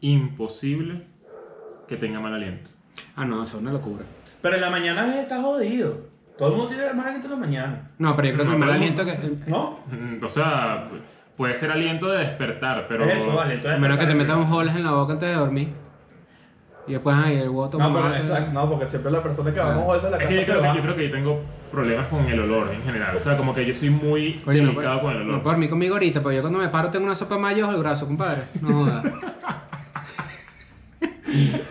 imposible que tenga mal aliento.
Ah, no, eso es una locura.
Pero en la mañana está jodido. Todo el mundo tiene mal aliento en la mañana.
No, pero yo creo que
No,
el mal
pero-
aliento que.
¿No?
Mm, O sea, puede ser aliento de despertar, pero...
Es eso, vale. Entonces,
A menos que te metan holes en la boca antes de dormir. Y después, ahí el voto.
No, pero exacto, no, porque siempre la persona que vamos a joderse la
Es
casa
que yo,
se
creo
va.
que yo creo que yo tengo problemas con el olor en general. O sea, como que yo soy muy
Oye, no,
delicado con el
no
olor.
puedo dormir conmigo ahorita, pero yo cuando me paro tengo una sopa de mayo bajo el brazo, compadre. No jodas.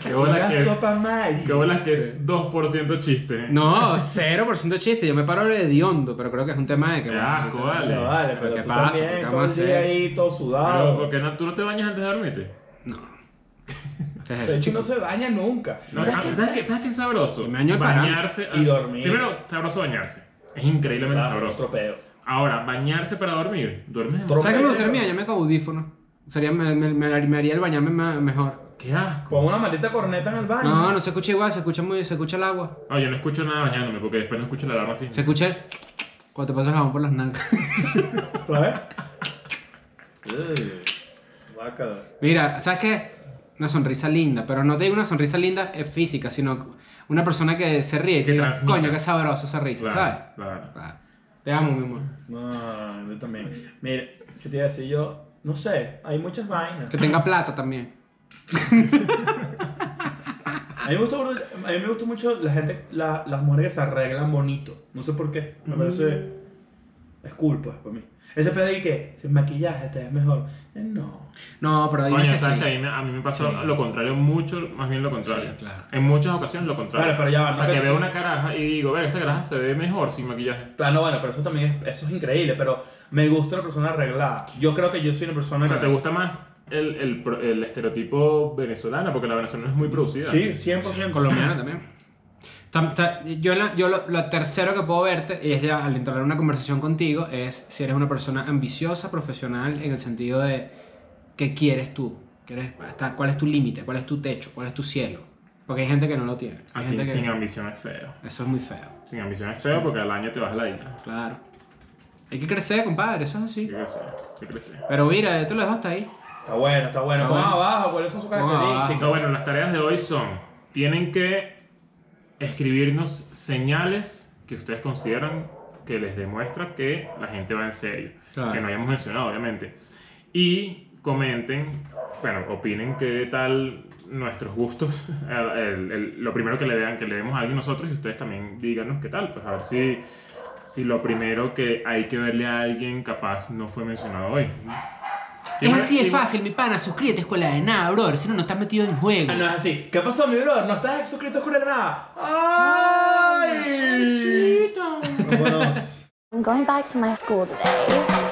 qué bolas
Una
que,
sopa Mari.
qué bolas que es 2% chiste.
No, 0% chiste. Yo me paro de hediondo, pero creo que es un tema de que.
Qué asco, eh. vale.
No, vale,
Pero
pero
¿qué
tú
pasa? ¿Qué
también, todo el
vamos a
día
hacer?
ahí, todo
Pero,
sudado.
¿por qué no, tú no te bañas antes de dormirte?
No. ¿Qué es
De
eso?
hecho, no se baña nunca.
No,
¿Sabes
¿sabes,
qué?
qué, ¿sabes, qué, ¿Sabes qué es sabroso?
Me baño al parar.
bañarse
Y dormir.
Primero, sabroso bañarse. Es increíblemente
Ah,
sabroso.
otro peo.
Ahora, bañarse para dormir. Duermes demasiado.
Tro-
¿Sabes qué me gustaría? Mira, yo me con audífono. Sería, me, me- me- me haría el bañarme me- mejor.
Qué asco.
Pon una maldita corneta en el baño.
No, no se escucha igual, se escucha muy, se escucha el agua.
No, Oh, yo no escucho nada bañándome porque después no escucho la alarma así.
Se escucha el... cuando te pasas la mano por las nalgas.
¿Sabes? Ugh, guácala.
Mira, ¿sabes qué? Una sonrisa linda, pero no te digo una sonrisa linda eh, física, sino una persona que se ríe y
Que
que diga,
transmita.
coño, qué sabroso esa risa, ¿sabes?
Claro, claro.
Claro. Te amo, mi amor.
No, yo también. Mira, ¿qué te iba a decir yo? No sé, hay muchas vainas.
Que tenga plata también.
A mí me gusta, burda- a mí me gusta mucho la gente, la- las mujeres que se arreglan bonito. No sé por qué. Me parece.
Mm.
Es culpa para mí. Ese pedo de que sin maquillaje te ves mejor. Eh, No.
No, pero hay
Coño,
unas que
sabes
sí.
que a mí, me- a mí me pasó
Sí.
lo contrario, mucho, más bien lo contrario.
Sí, claro.
En muchas ocasiones lo contrario.
Claro, pero ya va,
O sea,
no
que
te-
veo una caraja y digo, ver, esta caraja se ve mejor sin maquillaje.
Claro, bueno, pero eso también es, eso es increíble. Pero me gusta una persona arreglada. Yo creo que yo soy una persona.
O sea, ¿te gusta más el, el pro- el estereotipo venezolano? Porque la venezolana es muy producida.
Sí, 100%.
Colombiana también. Tam- ta- Yo, la- yo lo, lo tercero que puedo verte, y es ya al entablar una conversación contigo, es si eres una persona ambiciosa, profesional, en el sentido de qué quieres tú, ¿Quieres, hasta, cuál es tu límite, cuál es tu techo, cuál es tu cielo. Porque hay gente que no lo tiene. Hay
Así,
gente que-
sin ambición es feo.
Eso es muy feo,
Sin ambición es feo porque al año te vas a la dignidad.
claro. Hay que crecer, compadre, eso es así.
Yo qué sé, yo qué sé.
Pero mira, yo te lo dejo hasta ahí.
Está bueno, está bueno.
Está
Vamos
bueno.
abajo, ¿cuáles son sus
Vamos
características?
Entonces, bueno, las tareas de hoy son, tienen que escribirnos señales que ustedes consideran que les demuestra que la gente va en serio,
Claro.
que no hayamos mencionado, obviamente. Y comenten, bueno, opinen qué tal nuestros gustos, el- el- lo primero que le vean, que le demos a alguien nosotros y ustedes también díganos qué tal, pues a ver si, si lo primero que hay que verle a alguien capaz no fue mencionado hoy.
Es así, es fácil, mi pana, suscríbete a Escuela de Nada, brother, si no, no estás metido en juego.
Ah, no es así. ¿Qué pasó, mi brother? ¿No estás suscrito a Escuela de Nada? ¡Ay! Vámonos.
I'm going back to my school today.